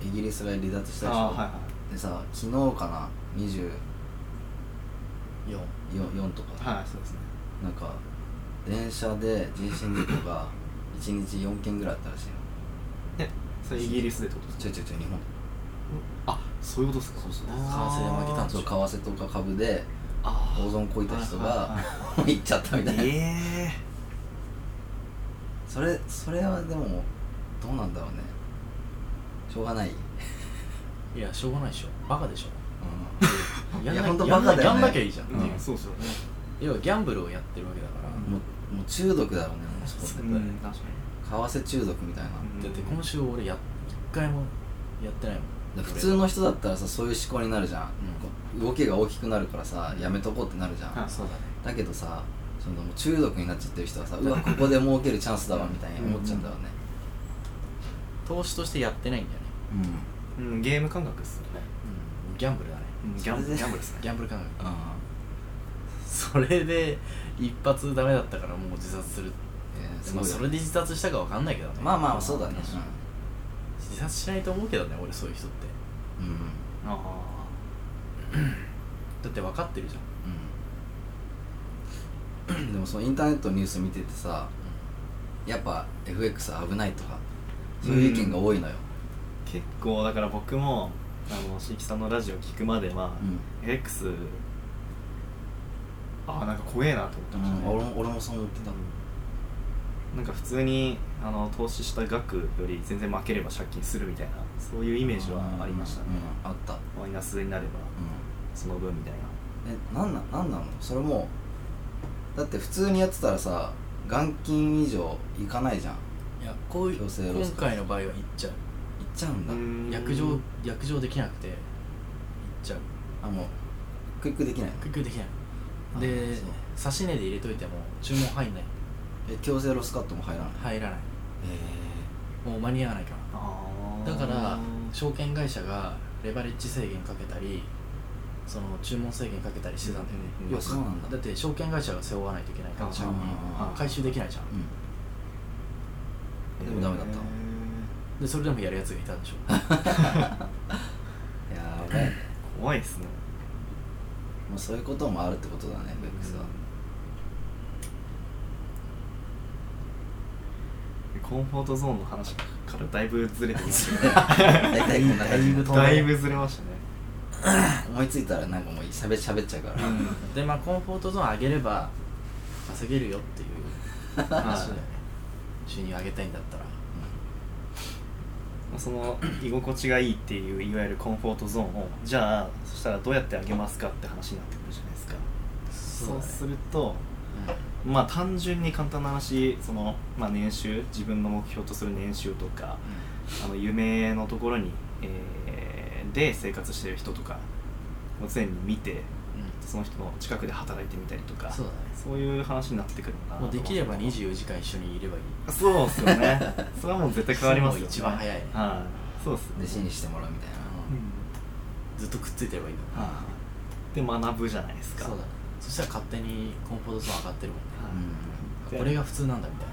Speaker 2: イギリスが離脱した
Speaker 1: あ
Speaker 2: でしょ、
Speaker 1: あはいは
Speaker 2: でさ昨日かな
Speaker 3: 4
Speaker 2: 24とか、
Speaker 1: いはいそうですね
Speaker 2: なんか電車で人身事故 が1日4件ぐらいあったらしいの
Speaker 1: えそれイギリスでってことですか
Speaker 2: ちょいちょいちょい日本
Speaker 1: あそういうことですかそうそう
Speaker 3: 為替で負けたんでし
Speaker 2: そう為
Speaker 3: ょ
Speaker 2: 替とか株で
Speaker 1: あ
Speaker 2: 大損こいた人
Speaker 1: は
Speaker 2: が 行っちゃったみたいな、
Speaker 1: え
Speaker 2: それそれはでもどうなんだろうねしょうがない、
Speaker 3: いやしょうがないでしょバカでしょ
Speaker 2: うん、いや
Speaker 3: な
Speaker 2: 本当
Speaker 3: や
Speaker 2: バ
Speaker 3: んな
Speaker 2: カだよね
Speaker 3: やんなきゃいいじゃん、
Speaker 1: ー、うん、そうそうね
Speaker 3: 要はギャンブルをやってるわけだから、
Speaker 2: もうもう中毒だろうねもうそこって
Speaker 1: うん確か
Speaker 2: 為替中毒みたいな、
Speaker 1: うん
Speaker 3: だって今週俺や一回もやってないもん
Speaker 2: だから普通の人だったらさそういう思考になるじゃん、動きが大きくなるからさやめとこうってなるじゃん、
Speaker 1: は
Speaker 3: そうだね
Speaker 2: だけどさそのもう中毒になっちゃってる人はさうわここで儲けるチャンスだわみたいに思っちゃうんだろうね
Speaker 3: 投資としてやってないんだよね、
Speaker 2: うん、
Speaker 1: にうんゲーム感覚っすよね、
Speaker 3: うん、ギャンブルだね
Speaker 1: うん、ギャンブ
Speaker 2: そ
Speaker 1: ル
Speaker 2: れで
Speaker 1: ギャンブルっすね
Speaker 3: ギャンブル感覚
Speaker 2: あ
Speaker 3: それで一発ダメだったからもう自殺する、
Speaker 2: えーす
Speaker 3: ま
Speaker 2: ご
Speaker 3: あ、
Speaker 2: い
Speaker 3: それで自殺したかわかんないけどね
Speaker 2: まあまあそうだね
Speaker 3: 自殺しないと思うけどね俺そういう人って
Speaker 2: うんうん、
Speaker 1: あ
Speaker 3: だって分かってるじゃ
Speaker 2: うんでもそのインターネットのニュース見ててさやっぱ FX は危ないとかそういう意見が多いのよ、
Speaker 1: ー結構だから僕もあの椎木さんのラジオ聞くまでは、X ああなんか怖えなと思って
Speaker 2: う
Speaker 1: ました
Speaker 2: ん
Speaker 1: ね、
Speaker 2: 俺も俺もそう思ってた、
Speaker 1: うんなんか普通にあの投資した額より全然負ければ借金するみたいなそういうイ
Speaker 2: イ
Speaker 1: メージはありましたね、
Speaker 2: あった、うん、
Speaker 1: マイナスになればその分みたいな
Speaker 2: えなんななんなのそれもうだって普通にやってたらさ元金以上いかないじゃんいっ
Speaker 3: いやこういう
Speaker 2: 強制労
Speaker 3: 今
Speaker 2: 使
Speaker 3: 回の場合は行っちゃう
Speaker 2: ちゃうんだ、
Speaker 3: 約定約定できなくて行っちゃう
Speaker 2: あもうクイックできないの
Speaker 3: 結局できない
Speaker 2: あ
Speaker 3: で
Speaker 2: そう
Speaker 3: 差し値で入れといても注文入んない
Speaker 2: え強制ロスカットも入らない
Speaker 3: 入らない
Speaker 2: え
Speaker 3: もう間に合わないか
Speaker 1: あー
Speaker 3: らだから証券会社がレバレッジ制限かけたりその注文制限かけたりしてたんだよね、
Speaker 1: うんうん
Speaker 2: あそうなんだ
Speaker 3: だって証券会社が背負わないといけないから
Speaker 1: あー
Speaker 3: 借金
Speaker 2: あー
Speaker 3: 回収できないじゃん
Speaker 2: ーうんでもダメだったの
Speaker 3: でそれでもやるやつがいたんでしょ
Speaker 2: やべえ
Speaker 1: 怖いですね
Speaker 2: もうそういうこともあるってことだね FX は
Speaker 1: コンフォートゾーンの話からだいぶずれてまし
Speaker 2: 大体こんな
Speaker 3: だい
Speaker 2: 感じ
Speaker 3: ぶ
Speaker 1: た
Speaker 3: 飛んだ
Speaker 1: だ
Speaker 3: ね
Speaker 1: いぶずれましたね
Speaker 2: 思いついたらなんかもうしゃべしゃべっちゃうから
Speaker 3: でまあコンフォートゾーン上げれば稼げるよっていう話だよね収入上げたいんだったら
Speaker 1: まあその居心地がいいっていういわゆるコンフォートゾーンをじゃあそしたらどうやって上げますかって話になってくるじゃないですかそう,、するとまあ単純に簡単な話その、まあ、年収自分の目標とする年収とかあの夢のところに、えーで生活してる人とかを常に見て
Speaker 3: う
Speaker 1: その人の近くで働いてみたりとか
Speaker 3: んそうだね
Speaker 1: そういう話になってくるのかな
Speaker 3: もうできれば
Speaker 1: 20
Speaker 3: 24時間一緒にいればいい
Speaker 1: そうっすよ ねそれはもう絶対変わりますよ、ね、
Speaker 3: それも一番早いね
Speaker 1: はいそうっすね
Speaker 2: 弟子にしてもらうみたいな
Speaker 3: ずっとくっついてればいいんだ
Speaker 1: はいで学ぶじゃないですか
Speaker 3: そうだねそしたら勝手にコンフォートゾーン上がってるもんね
Speaker 1: はい
Speaker 3: これが普通なんだみたいな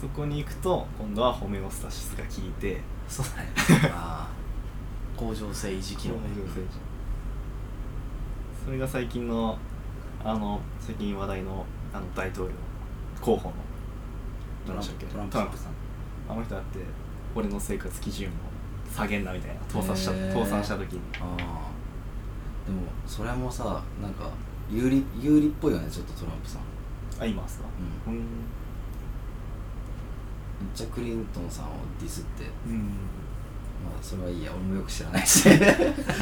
Speaker 1: そこに行くと今度はホメオスタシスが効いて
Speaker 3: そうだね
Speaker 2: あ
Speaker 3: 恒常性維持機能ね
Speaker 1: それが最近のあの最近話題のあの大統領候補の
Speaker 2: トラン
Speaker 1: 誰で
Speaker 2: プ
Speaker 1: したっけ
Speaker 2: トランプさん
Speaker 1: あの人だって俺の生活基準を下げんなみたいな倒産した
Speaker 2: へー
Speaker 1: 倒産した時に
Speaker 2: ああーでもそれもさなんか有利有利っぽいよねちょっとトランプさん
Speaker 1: あ今ですか
Speaker 2: う
Speaker 1: うん
Speaker 2: めっちゃクリントンさんをディスって
Speaker 1: うん
Speaker 2: まあそれはいいや俺もよく知らな いし
Speaker 1: で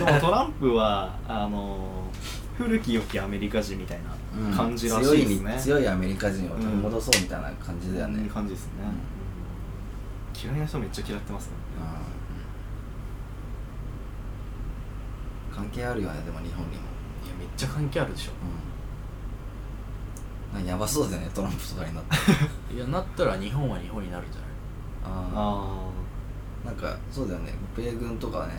Speaker 1: も トランプはあの古き良きアメリカ人みたいな感じらしいですね、
Speaker 2: 強い強いアメリカ人を取り戻そうみたいな感じだよね、
Speaker 1: いい感じですね、嫌いな人めっちゃ嫌ってますね
Speaker 2: うん関係あるよねでも日本にも、
Speaker 3: いやめっちゃ関係あるでし
Speaker 2: うん、なんかやばそうだよねトランプとかに なって
Speaker 3: ょいやなったら日本は日本になるんじゃない
Speaker 2: あ
Speaker 1: あ
Speaker 2: あなんかそうだよね米軍とかね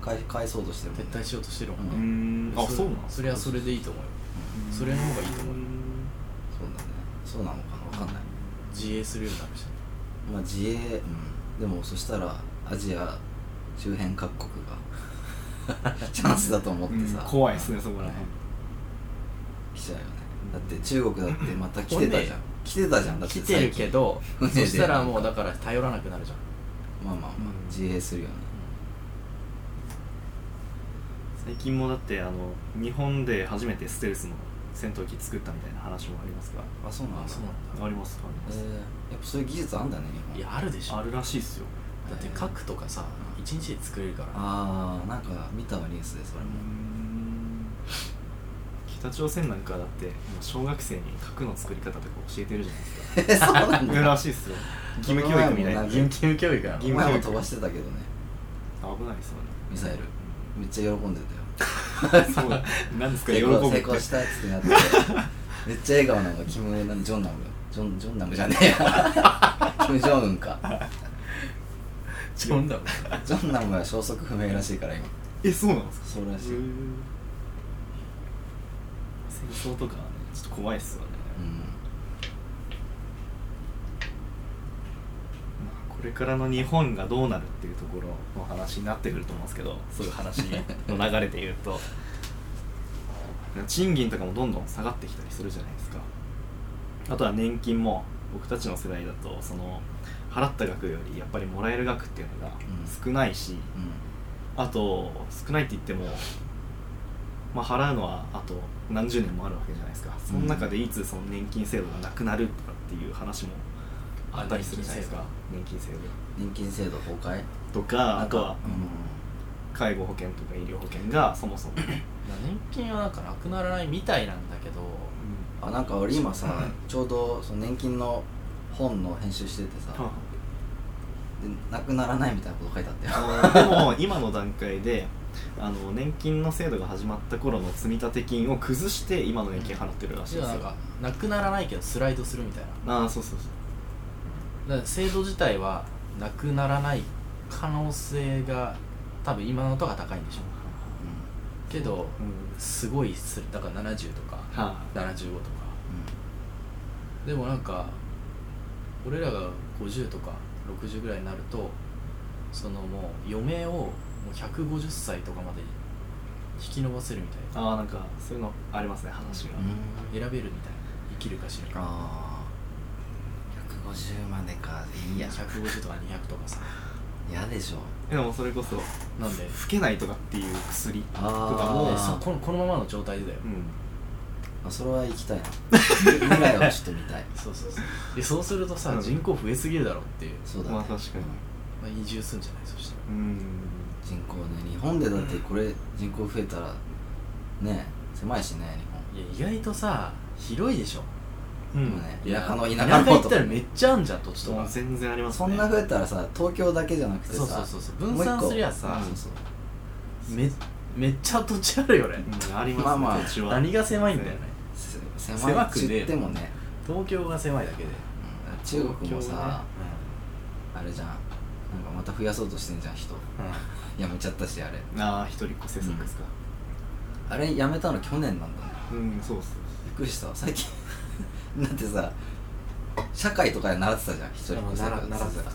Speaker 2: 返返そうとしてるもん、ね、
Speaker 3: 撤退しようとしてるもん
Speaker 1: あ
Speaker 3: ね
Speaker 1: うーんあ
Speaker 3: そ
Speaker 1: そうなん
Speaker 3: それはそれでいいと思うよそれの方がいいと思うよ
Speaker 2: そうだねそうなのかなわかんない
Speaker 3: 自衛するようになるし
Speaker 2: まあ自衛、うん、でもそしたらアジア周辺各国がチャンスだと思ってさ、
Speaker 1: うん怖いですねそこらへん
Speaker 2: 来ちゃうよねだって中国だってまた来てたじゃん
Speaker 3: ほん
Speaker 2: 来てたじゃんだって
Speaker 3: 来てるけどそ
Speaker 2: 最近
Speaker 3: したらもうだから頼らなくなるじゃん
Speaker 2: まあまあまあ
Speaker 1: うん
Speaker 2: 自衛するよね
Speaker 1: 最近もだってあの日本で初めてステルスの戦闘機作ったみたいな話もありますが
Speaker 2: あそうなん
Speaker 3: あ
Speaker 2: だ
Speaker 3: そうなんだ
Speaker 1: ありますあり
Speaker 2: え
Speaker 1: ます、
Speaker 2: ーやっぱそういう技術あんだね日本
Speaker 3: いやあるでしょ
Speaker 1: あるらしいっすよ
Speaker 3: だって核とかさ一日で作れるから
Speaker 2: あーなんか見たわニュースでそれ も
Speaker 1: 北朝鮮なんかだってもう小学生に核の作り方とか教えてるじゃないですか
Speaker 2: えそうなん
Speaker 1: いるら
Speaker 2: だ
Speaker 1: しいっすよ義務教育みたいな
Speaker 2: あ
Speaker 1: 危
Speaker 2: 義務
Speaker 3: 務教育な
Speaker 1: の
Speaker 2: 前も飛ばしてたけどね
Speaker 1: ないっす
Speaker 2: ミサイルめっちゃ喜んでたよ
Speaker 1: よねそうだ何ですか
Speaker 2: 成
Speaker 1: 喜
Speaker 2: 功
Speaker 1: ぶ
Speaker 2: 成
Speaker 1: って
Speaker 2: 功したっつって なってめっちゃ笑顔なのがキム・エナジョンナムジョンジョンナムじゃねえ やキム・ジョンウンか
Speaker 3: ちょんだもん
Speaker 2: ジョンナムは消息不明らしいから今
Speaker 1: えそうなんですか
Speaker 2: そうらしい、うん、
Speaker 1: 戦争とかはねちょっと怖いっすよね、まあ、これからの日本がどうなるっていうところの話になってくると思うんですけどそういう話の流れで言うと賃金とかもどんどん下がってきたりするじゃないですかあとは年金も僕たちの世代だとその払った額よりやっぱりもらえる額っていうのが少ないし、あと少ないって言っても、まあ、払うのはあと何十年もあるわけじゃないですかその中でいつその年金制度がなくなるとかっていう話も
Speaker 2: はい
Speaker 1: あったりするじゃないですか
Speaker 3: あ
Speaker 1: 年金制度
Speaker 2: 年金制度崩壊
Speaker 1: とかあとは
Speaker 2: う
Speaker 1: 介護保険とか医療保険がそもそも、
Speaker 3: 年金はなんかなくならないみたいなんだけど
Speaker 2: んあなんか俺今さちょうどその年金の本の編集しててさでなくならないみたいなこと書いてあったよ
Speaker 1: あので も今の段階であの年金の制度が始まった頃の積立金を崩して今の年金払ってるらしい
Speaker 3: 要
Speaker 1: で
Speaker 3: は
Speaker 1: す
Speaker 3: な
Speaker 1: よ
Speaker 3: んかなくならないけどスライドするみたいな
Speaker 1: ああそうそうそう
Speaker 3: だから制度自体はなくならない可能性が多分今のとが高いんでしょうけど
Speaker 1: うん
Speaker 3: すごいするだから70とか
Speaker 1: はあ
Speaker 3: 75とかでもなんか俺らが50とか60ぐらいになるとそのもう余命をもう150歳とかまで引き延ばせるみたいな
Speaker 1: ああなんかそういうのありますね話が、
Speaker 2: うんうん
Speaker 3: 選べるみたいな生きるか死ぬか
Speaker 2: ああ150までかいいや
Speaker 3: 150とか200とかさ
Speaker 2: 嫌でしょ
Speaker 1: でもそれこそ老
Speaker 3: なんで
Speaker 1: けないとかっていう薬
Speaker 2: あ
Speaker 1: とかも
Speaker 2: ー
Speaker 3: でそこのこのままの状態でだよ、
Speaker 1: うん
Speaker 2: あそれは行きたいな未来はちょっと見たい
Speaker 3: そうそうそうでそうするとさ、
Speaker 1: うん
Speaker 3: 人口増えすぎるだろうっていう、
Speaker 2: そうだね、
Speaker 1: まあ確かに
Speaker 3: まあ、移住すんじゃないそしたら
Speaker 1: うん
Speaker 2: 人口ね日本でだってこれ人口増えたらね狭いしね
Speaker 3: いや意外とさ広いでしょ
Speaker 1: う
Speaker 2: 日本、
Speaker 1: ん
Speaker 2: でもね
Speaker 3: いや
Speaker 2: 田舎の
Speaker 3: 田
Speaker 2: 田舎
Speaker 3: 舎
Speaker 2: の
Speaker 3: 行
Speaker 2: こ
Speaker 3: っ
Speaker 2: と
Speaker 3: たらめっちゃあんじゃん土地と
Speaker 1: そう
Speaker 3: か
Speaker 1: 全然ありますね
Speaker 2: そんな増えたらさ東京だけじゃなくて
Speaker 3: そうそ
Speaker 2: さ
Speaker 3: うそうそ
Speaker 2: も
Speaker 3: う
Speaker 2: う一
Speaker 3: 分
Speaker 2: 個
Speaker 3: 散すりゃさ
Speaker 2: そうそう
Speaker 3: めめっちゃ土地あるよね
Speaker 1: うんありますね、
Speaker 2: まあまあ
Speaker 1: 土地は
Speaker 3: 何が狭いんだよね
Speaker 2: せ
Speaker 3: 狭
Speaker 2: 狭い
Speaker 3: くね
Speaker 2: ちってもね
Speaker 3: 東京が狭いだけで
Speaker 2: うん中国も
Speaker 1: 東京
Speaker 2: さ、
Speaker 1: は
Speaker 2: あれじゃんなんかまた増やそうとしてんじゃん人
Speaker 4: うんうん
Speaker 2: やめちゃったしあれ
Speaker 1: ああ一人っ子政策ですか
Speaker 2: あれやめたの去年なんだね
Speaker 1: うん、そうそう
Speaker 2: びっくりしたわ最近 だってさ社会とかで習ってたじゃん一人っ子生活
Speaker 4: うん習習ってた
Speaker 2: って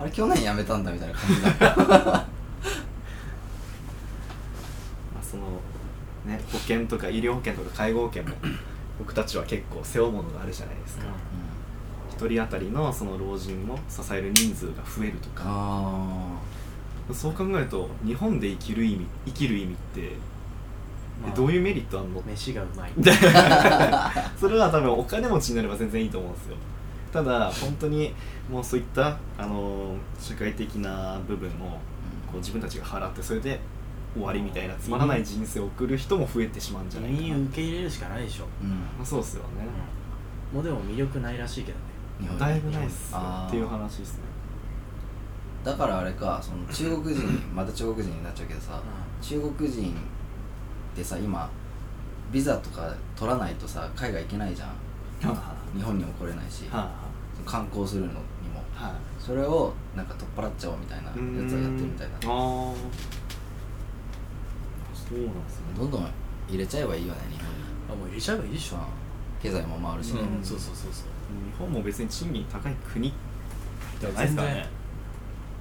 Speaker 2: あれ去年やめたんだみたいな感じだ から
Speaker 1: まあそのね保険とか医療保険とか介護保険も僕たちは結構背負うものがあるじゃないですか一、人当たりのその老人を支える人数が増えると
Speaker 2: あ
Speaker 1: か
Speaker 2: あ
Speaker 1: そう考えると日本で生きる意味生きる意味って、え
Speaker 4: まあ
Speaker 1: どういうメリットあんのって
Speaker 4: 飯がうまい
Speaker 1: それは多分お金持ちになれば全然いいと思うんですよただ本当にもうそういったあの社会的な部分をこう自分たちが払ってそれで終わりみたいなつまらない人生を送る人も増えてしまうんじゃないか
Speaker 4: 移
Speaker 1: な、
Speaker 4: 民受け入れるしかないでしょ、
Speaker 2: うん
Speaker 1: まあ、そうっすよね、
Speaker 4: もうでも魅力ないらしいけどね
Speaker 2: 日本
Speaker 1: だいぶないっすよ
Speaker 2: あー
Speaker 1: っていう話ですね
Speaker 2: だからあれかその中国人 また中国人になっちゃうけどさ、中国人ってさ今ビザとか取らないとさ海外行けないじゃん
Speaker 1: は
Speaker 2: 日本にも来れないし、
Speaker 1: あは
Speaker 2: 観光するのにも
Speaker 1: あはあ
Speaker 2: それをなんか取っ払っちゃおうみたいなやつをやってるみたいな
Speaker 1: うーんああそうなんですね
Speaker 2: どんどん入れちゃえばいいよね日本に
Speaker 3: あもう入れちゃえばいいでしょ
Speaker 2: 経済も回るしね、
Speaker 3: うんそうそうそうそう
Speaker 1: 日本も別に賃金高い国ではないです
Speaker 3: 全
Speaker 1: から
Speaker 3: 然
Speaker 1: ね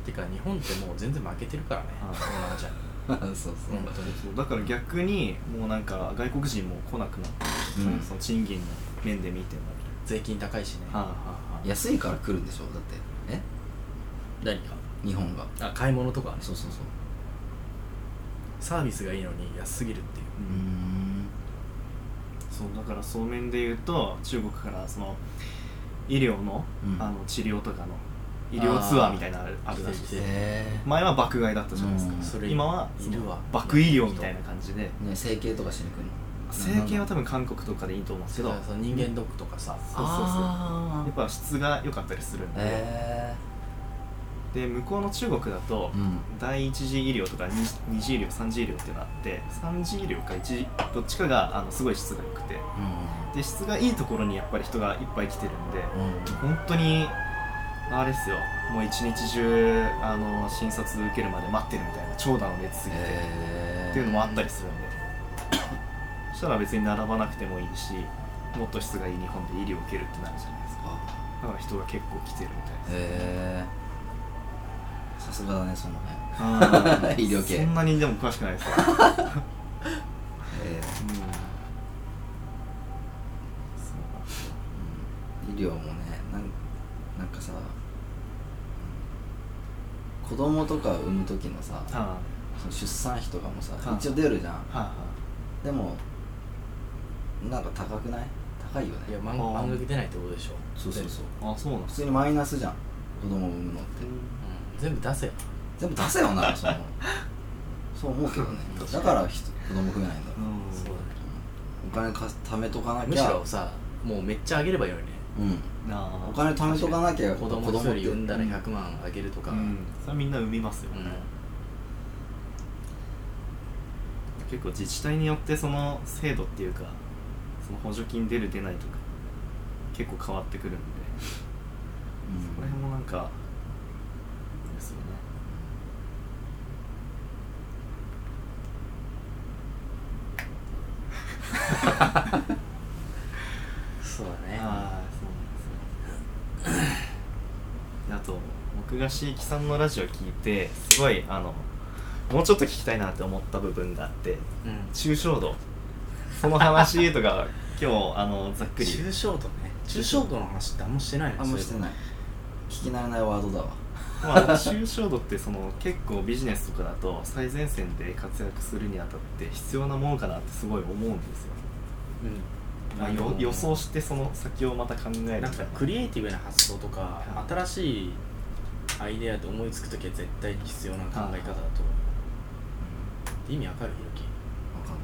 Speaker 3: てか日本ってもう全然負けてるからね
Speaker 1: はい
Speaker 3: 東南アジアに
Speaker 2: そうそう、
Speaker 3: 本当に
Speaker 1: そうだから逆にもうなんか外国人も来なくなってきて、
Speaker 2: うん
Speaker 1: その賃金の面で見ても
Speaker 3: 税金高いしね
Speaker 1: はあ、はあは
Speaker 2: 安いから来るんでしょだってえ
Speaker 3: 何か
Speaker 2: 日本が
Speaker 3: あ買い物とかはね
Speaker 2: そうそうそう
Speaker 3: サービスがいいのに安すぎるっていう
Speaker 1: あ、
Speaker 2: うーん
Speaker 1: そうだからそう面で言うと中国からその医療の,、
Speaker 2: うん
Speaker 1: あの治療とかの医療ツアーみたいなのある
Speaker 3: あー
Speaker 1: あるらしいです
Speaker 3: で
Speaker 2: へ
Speaker 1: 前は爆買いだったじゃないですか、
Speaker 2: うん
Speaker 3: それ
Speaker 1: 今はそ
Speaker 3: い
Speaker 1: の
Speaker 3: るわ
Speaker 1: 爆医療みたいな感じで
Speaker 2: えね整形とかしに来るの
Speaker 1: 整形は多分韓国とかでいいと思うんですけ
Speaker 3: け
Speaker 1: ど
Speaker 3: ど
Speaker 1: や
Speaker 3: その人間ドックとかさ
Speaker 1: そうそうそう
Speaker 2: あ
Speaker 1: っぱ質が良かったりするん
Speaker 2: ー
Speaker 1: で、
Speaker 2: へ
Speaker 1: で向こうの中国だと、
Speaker 2: えうん
Speaker 1: 第一次医療とか二次二次医療三次医療っていうのがあって三次医療か一次どっちかがあのすごい質が良くてで質がいいところにやっぱり人がいっぱい来てるんで
Speaker 2: うんうん
Speaker 1: 本当にあれですよもう一日中あの診察受けるまで待ってるみたいな長蛇の列すぎて、
Speaker 2: へえ
Speaker 1: っていうのもあったりするんでそしたら別に並ばなくてもいいしもっと質がいい日本で医療を受けるってなるじゃないですか
Speaker 2: あ
Speaker 1: だから人が結構来てるみたいです
Speaker 2: へえさすがだねその辺
Speaker 1: あー
Speaker 2: 医療系
Speaker 1: そんなにでも詳しくないですよう
Speaker 2: え
Speaker 1: んそうなんですよ
Speaker 2: えうん医療もねなんなんかさ子供とか産む時のさ
Speaker 1: は
Speaker 2: その出産費とかもさ
Speaker 1: はい
Speaker 2: 一応出るじゃん
Speaker 1: あはあは
Speaker 2: でもなんか高くない高いよね
Speaker 3: いや満
Speaker 1: あー
Speaker 3: 満額出ないってことでしょ
Speaker 2: そうそうそう
Speaker 1: あそうなん
Speaker 2: 普通にマイナスじゃん子供を産むのって
Speaker 3: 全部,、うん、全部出せよ
Speaker 2: 全部出せよ なそのそう思うけどねだからひ子供増えないんだろう、
Speaker 1: うん
Speaker 3: そうだね
Speaker 2: お金か貯めとかなきゃ
Speaker 3: むしろさもうめっちゃあげればいいのにね
Speaker 2: うん
Speaker 1: な
Speaker 2: お
Speaker 1: あ
Speaker 2: 金貯めとかなきゃ
Speaker 3: 子供一人
Speaker 2: って
Speaker 3: 産んだら100万あげるとか、
Speaker 1: うんそれはみんな産みますよ、
Speaker 3: うん
Speaker 1: 結構自治体によってその制度っていうかその補助金出る出ないとか結構変わってくるんで、
Speaker 2: うん
Speaker 1: そこら辺もなんかですよね
Speaker 3: そうだね
Speaker 1: ああそうなんですよであと僕が椎木さんのラジオ聞いてすごいあのもうちょっと聞きたいなって思った部分があって
Speaker 3: うん
Speaker 1: 抽象度その話とか今日あのざっくり
Speaker 3: 抽象度ね抽象度の話ってあんましてないの
Speaker 2: あんましてない聞き慣れないワードだわ
Speaker 1: まあ、抽象度ってその結構ビジネスとかだと最前線で活躍するにあたって必要なものかなってすごい思うんですよ、まあ、よ予想してその先をまた考えるみ
Speaker 4: う
Speaker 1: たい
Speaker 4: ん、な
Speaker 1: な
Speaker 4: んかクリエイティブな発想とか
Speaker 1: は
Speaker 4: 新しいアイデアって思いつく時は絶対に必要な考え方だと意味わかるひろき
Speaker 2: わかん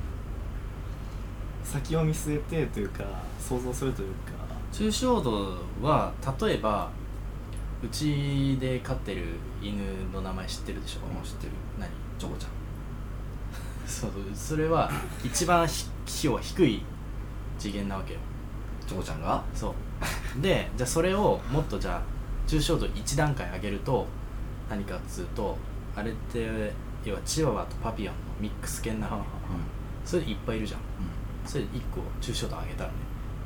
Speaker 1: 先を見据えてというか想像するというか
Speaker 3: 抽象度は例えばうちで飼ってる犬の名前知ってるでしょ
Speaker 2: ない知ってる
Speaker 3: 何
Speaker 2: チョコちゃん
Speaker 3: そうそれは一番ひ費用は低い次元なわけよ
Speaker 2: チョコちゃんが
Speaker 3: そうでじゃあそれをもっとじゃあ抽象度1段階上げると何かっつうとあれって要はチワワとパピヨンのミックス犬なのね
Speaker 2: うんうん
Speaker 3: それいっぱいいるじゃんそれ1個抽象度上げたらね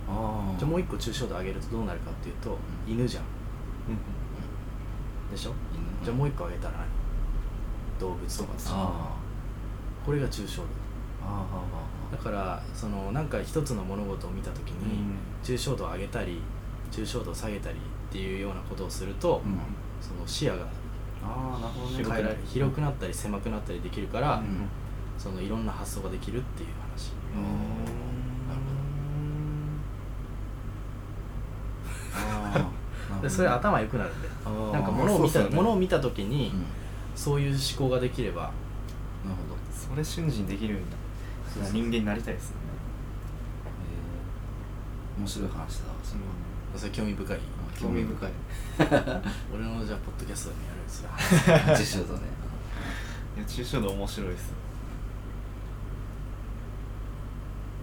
Speaker 2: ああ
Speaker 3: じゃあもう1個抽象度上げるとどうなるかっていうと
Speaker 2: うん
Speaker 3: 犬じゃんでしょじゃあもう1個上げたら何動物とか
Speaker 2: あー
Speaker 3: さ
Speaker 2: あ
Speaker 3: これが抽象
Speaker 2: ー
Speaker 3: 度
Speaker 2: あーあ
Speaker 3: だからそのなんか一つの物事を見た時
Speaker 1: う
Speaker 3: に
Speaker 1: ん
Speaker 3: 抽象度を上げたり抽象度を下げたりっていうようなことをすると
Speaker 2: ーうん
Speaker 3: その視野が
Speaker 2: あーなるほどね
Speaker 3: 広くな広くなったり狭くなったりできるから、
Speaker 2: うん
Speaker 3: そのいろんな発想ができるっていう話なる
Speaker 2: あーなるほど
Speaker 3: でそれ頭良くなるんで
Speaker 2: あー
Speaker 3: なんか物を見
Speaker 1: そうっ
Speaker 3: た、
Speaker 1: すよね
Speaker 3: 物を見た時に、
Speaker 2: うん
Speaker 3: そういう思考ができれば
Speaker 2: なるほど
Speaker 1: それ瞬時にできるよう
Speaker 2: そう
Speaker 1: な
Speaker 2: そう
Speaker 1: 人間になりたいですよね、
Speaker 2: へー面白い話だわそ れは
Speaker 3: それ興味深い
Speaker 1: 興味深い
Speaker 3: 俺のじゃあポッドキャストでもやるやつだ
Speaker 2: 実証だ ね
Speaker 1: いや抽象度面白いですよ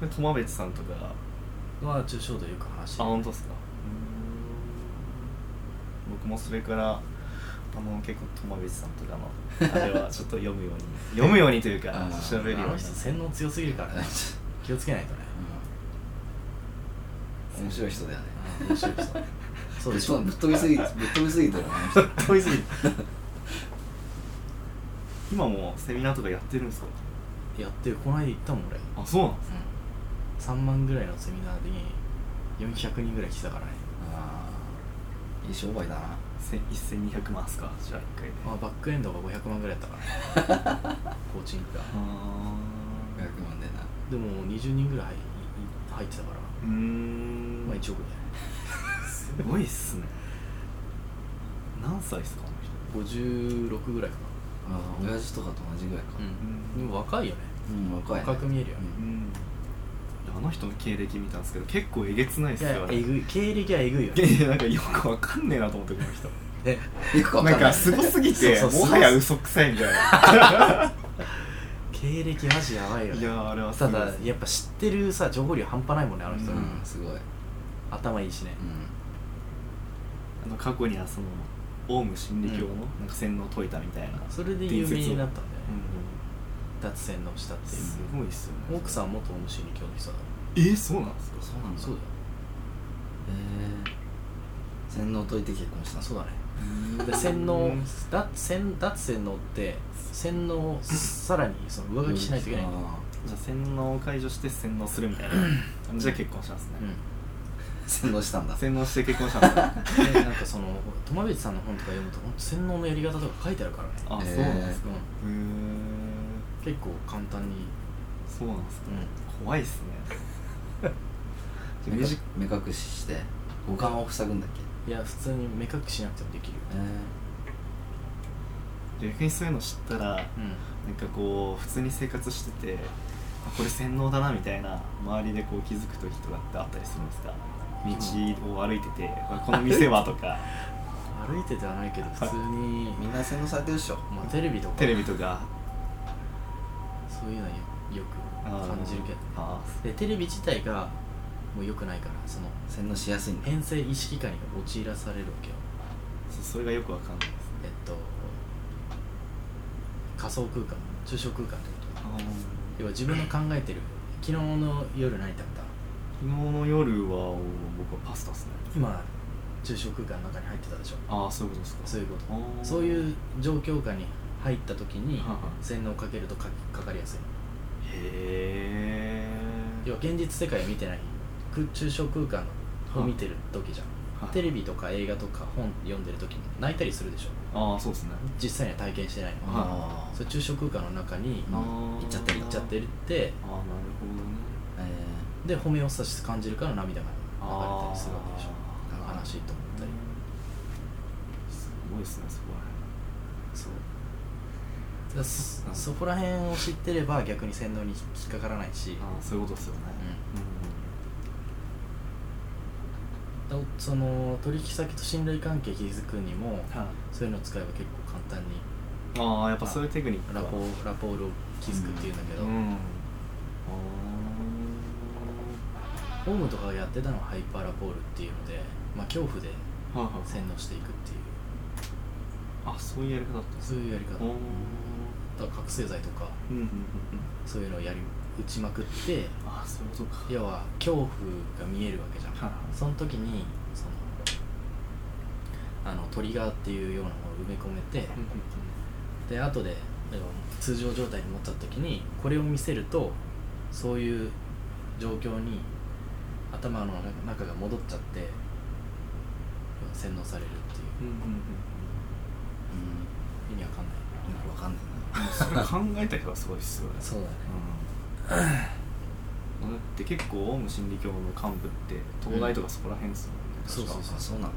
Speaker 1: これ苫別さんとか
Speaker 3: は抽象度よく話して
Speaker 1: あ
Speaker 3: る
Speaker 1: 本当ですか僕もそれからあの結構友別さんとかのあれはちょっと読むように読むようにというか
Speaker 2: あー
Speaker 1: 調べるよう
Speaker 3: あ
Speaker 1: に
Speaker 3: の人洗脳強すぎ るからね気をつけないとね
Speaker 2: うん面白い人だよね
Speaker 3: うん面白い人そ うでしょ
Speaker 2: ぶっ飛びすぎぶっ飛びすぎてるね あの人
Speaker 1: 問いすぎる今もセミナーとかやってるんですか
Speaker 3: やってるこの間行ったもん俺、うん、
Speaker 1: あそうなんです
Speaker 3: 3万ぐらいのセミナーで400人ぐらい来たからね
Speaker 2: あーいい商売だな
Speaker 1: せ1200万っすかじゃあ1回で
Speaker 3: まあ、バックエンドが500万ぐらいだったから、ね、コーチングが
Speaker 1: あ
Speaker 2: 500万でな
Speaker 3: でも20人ぐらい入い入ってたから、
Speaker 1: ーうーん
Speaker 3: まあ、1億だよね
Speaker 1: すごいっすね何歳っすかあの人
Speaker 3: 56ぐらいか
Speaker 2: ああ親父とかと同じぐらいか
Speaker 3: なうんでも若いよね
Speaker 2: うん若いね
Speaker 3: 若く見えるよね
Speaker 1: うんあの人の経歴見たんですけど結構えげつないっ
Speaker 3: い
Speaker 1: す
Speaker 3: や
Speaker 1: よあれ
Speaker 3: えぐい経歴はえぐいよね
Speaker 1: いやなんかよくわかんねえなと思ってこの人
Speaker 3: ね
Speaker 2: よくわか
Speaker 1: なんん
Speaker 2: な
Speaker 1: か
Speaker 2: い
Speaker 1: すごすぎて
Speaker 3: そうそう
Speaker 1: もはや嘘くさいみたいな
Speaker 3: 経歴マジやばいよね
Speaker 1: いやーあれはすご
Speaker 3: た
Speaker 1: い
Speaker 3: だやっぱ知ってるさ情報量半端ないもんねあの人、
Speaker 2: うんすごいうん
Speaker 3: 頭いいしね、
Speaker 1: あの過去にはそのオウム真理教のなんか洗脳解いたみたいな
Speaker 3: それで有名になったんだよね
Speaker 1: うん、
Speaker 3: 脱線のしたってい
Speaker 1: す
Speaker 3: う、
Speaker 1: ごいっすよね
Speaker 3: 奥さん元オウム真理教の人だか
Speaker 1: えー、そうなんですか
Speaker 2: そうな
Speaker 3: ら
Speaker 2: んだ
Speaker 3: そうだよ
Speaker 2: へえ洗脳解いて結婚した
Speaker 3: そう
Speaker 2: だ
Speaker 3: だねで洗脳だ洗脱洗脳って洗脳をさらにその上書きしないといけない、うん
Speaker 1: じゃあ洗脳を解除して洗脳するみたいな感じで結婚したんですね、
Speaker 2: 洗脳したんだ
Speaker 1: 洗脳して結婚したんですね
Speaker 3: でなんかその友淵さんの本とか読むとほんと洗脳のやり方とか書いてあるからね
Speaker 1: あ、
Speaker 2: えー
Speaker 1: そうなんですかへ
Speaker 3: う
Speaker 1: え
Speaker 3: ん、結構簡単に、
Speaker 1: そうなんですね
Speaker 3: う
Speaker 1: 怖いっすねで目じ
Speaker 2: 目隠しして五感を塞ぐんだっけ
Speaker 3: いや普通に目隠しなくてもできるよ
Speaker 2: え
Speaker 1: 逆にそういうの知ったら
Speaker 5: うん
Speaker 1: なんかこう普通に生活しててあこれ洗脳だなみたいな周りでこう気づく時とかってあったりするんですか道を歩いてて、あこの店はとか
Speaker 3: 歩いてではないけど普通に
Speaker 2: ーみんな洗脳されてるっしょ
Speaker 3: まあテレビとか
Speaker 1: テレビとか
Speaker 3: そういうのはよよ
Speaker 1: あー
Speaker 3: く感じるけど
Speaker 1: あ
Speaker 3: でテレビ自体がもう良くないからその
Speaker 2: 洗脳しやすいんだ
Speaker 3: 編成意識下に陥らされるわけよ
Speaker 1: ーそそれがよくわかんないです
Speaker 3: えっと仮想空間抽象空間ってこと
Speaker 1: あー
Speaker 3: 要は自分の考えてる昨日の夜何食べた
Speaker 1: 昨日の夜は僕はパスタっすね
Speaker 3: 今抽象空間の中に入ってたでしょ
Speaker 1: ああそういうことですか
Speaker 3: そういうこ
Speaker 1: あー
Speaker 3: とそういう状況下に入った時に
Speaker 1: はいはい
Speaker 3: 洗脳をかけるとかかかりやすい
Speaker 1: へえ
Speaker 3: 要は現実世界を見てない空抽象空間を見てる時じゃん
Speaker 1: はい
Speaker 3: テレビとか映画とか本読んでる時に泣いたりするでしょ
Speaker 1: ああそうですね
Speaker 3: 実際には体験してないの
Speaker 1: はい
Speaker 2: あ
Speaker 3: それ抽象空間の中に
Speaker 1: あー
Speaker 2: 行っちゃってる
Speaker 3: 行っちゃってるって
Speaker 1: ああなるほどね
Speaker 2: あえ
Speaker 3: でホメオスタシス感じるから涙が流れた
Speaker 1: ああ
Speaker 3: りするわけでしょ
Speaker 2: ー
Speaker 3: 悲しいと思ったり
Speaker 1: すごいですねそこら
Speaker 3: そうだからそそこら辺を知ってれば逆に洗脳に引っかからないし、
Speaker 1: 辺ああそういうことですよね
Speaker 3: だその取引先と信頼関係築くにも
Speaker 1: うんはい
Speaker 3: そういうのを使えば結構簡単に
Speaker 1: ああやっぱそういうテクニック
Speaker 3: ラ
Speaker 1: は
Speaker 3: ポラポールを築くっていうんだけど、
Speaker 1: うん
Speaker 3: ホームとかがやってたのはハイパーラポールっていうので、まあ、恐怖で
Speaker 1: あーはいはい
Speaker 3: 洗脳していくっていう
Speaker 1: あそういうやり方だったんです
Speaker 3: そういうやり
Speaker 1: か
Speaker 3: 方
Speaker 1: おー
Speaker 3: だから覚醒剤とか
Speaker 1: うんうんうん
Speaker 3: そういうのをやり打ちまくって
Speaker 1: ああそういうことか
Speaker 3: 要は恐怖が見えるわけじゃん、
Speaker 1: はいはい
Speaker 3: その時にそのあのトリガーっていうようなものを埋め込めて、
Speaker 1: うんうんうん
Speaker 3: で後で要は通常状態に持った時にこれを見せるとそういう状況に頭の中が戻っちゃって要は洗脳されるっていう
Speaker 1: うんうん
Speaker 2: ー
Speaker 3: 意味わかんない
Speaker 2: うんよくわかんないな
Speaker 1: うんそれ考えた人はすごいっすよね
Speaker 3: そうだね
Speaker 1: うん、だって結構オウム真理教の幹部って東大とかそこら辺っすもんね、
Speaker 3: そうそう
Speaker 2: あそうなん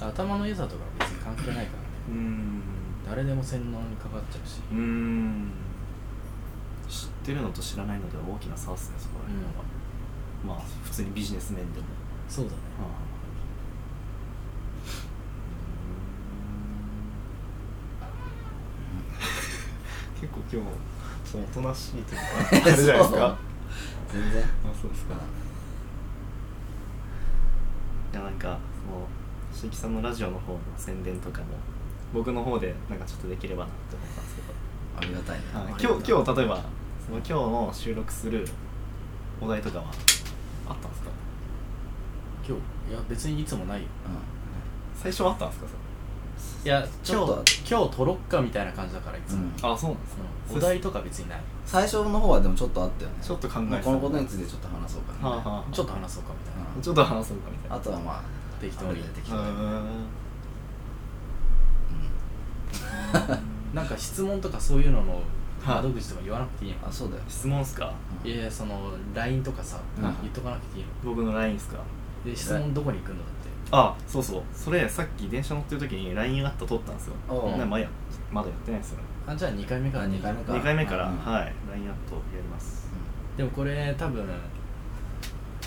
Speaker 2: だ
Speaker 3: 頭のユーザーとかは別に関係ないからね
Speaker 1: うーん
Speaker 3: 誰でも洗脳にかかっちゃうし、
Speaker 1: うーん知ってるのと知らないのでは大きな差っすねそこら辺は、まあ普通にビジネス面でも、
Speaker 3: そうだね
Speaker 1: うん結構今日ちょっとおとなしいというかあれじゃないですか
Speaker 2: 全然
Speaker 1: あそうですかいやなんかその椎木さんのラジオの方の宣伝とかも僕の方でなんかちょっとできればなって思ったんですけ
Speaker 2: ありがたいね
Speaker 1: ど、はい
Speaker 2: ありがた
Speaker 1: 今
Speaker 2: い
Speaker 1: 日今日例えばその今日の収録するお題とかはあったんですか
Speaker 3: 今日いや別にいつもないよ
Speaker 1: 最初はあったんですか
Speaker 3: いや
Speaker 2: ち
Speaker 3: 今
Speaker 2: ょっ
Speaker 3: 日
Speaker 2: と
Speaker 3: 今日取ろっかみたいな感じだからいつ
Speaker 2: う
Speaker 3: も、
Speaker 2: ん、うん
Speaker 1: それあそうなんです
Speaker 3: うんお題とか別にない
Speaker 2: 最初の方はでもちょっとあったよね
Speaker 1: ちょっと考えて
Speaker 2: まあ
Speaker 1: た
Speaker 2: このことについてちょっと話そうかな
Speaker 1: はあ、はあ、
Speaker 3: ちょっと話そうかみたいな
Speaker 2: うん
Speaker 1: ちょっと話そうかみたいな
Speaker 2: あとはまあ
Speaker 3: 適当に
Speaker 2: あれで適
Speaker 1: う
Speaker 2: 当にうん
Speaker 1: ーん
Speaker 3: なんか質問とかそういうのの
Speaker 1: はい
Speaker 3: 窓口とか言わなくていいの、
Speaker 2: あそうだよ
Speaker 1: 質問っすか
Speaker 2: うん
Speaker 3: い、やいやその LINE とかさ、
Speaker 2: うん
Speaker 3: 言っとかなくていいの
Speaker 1: 僕の LINE っすか
Speaker 3: で質問どこに行くのだって
Speaker 1: あそうそうそれさっき電車乗ってる時に LINE があった撮ったんですよ
Speaker 2: おう
Speaker 1: ねまだやまだやってないですよね
Speaker 3: あじゃあ2回目から
Speaker 2: あ
Speaker 3: でい
Speaker 2: 二
Speaker 3: いじゃ
Speaker 2: 回目
Speaker 3: ん
Speaker 2: か
Speaker 1: 2回目から、
Speaker 2: うん
Speaker 1: はい LINE アットやります
Speaker 3: でもこれ多分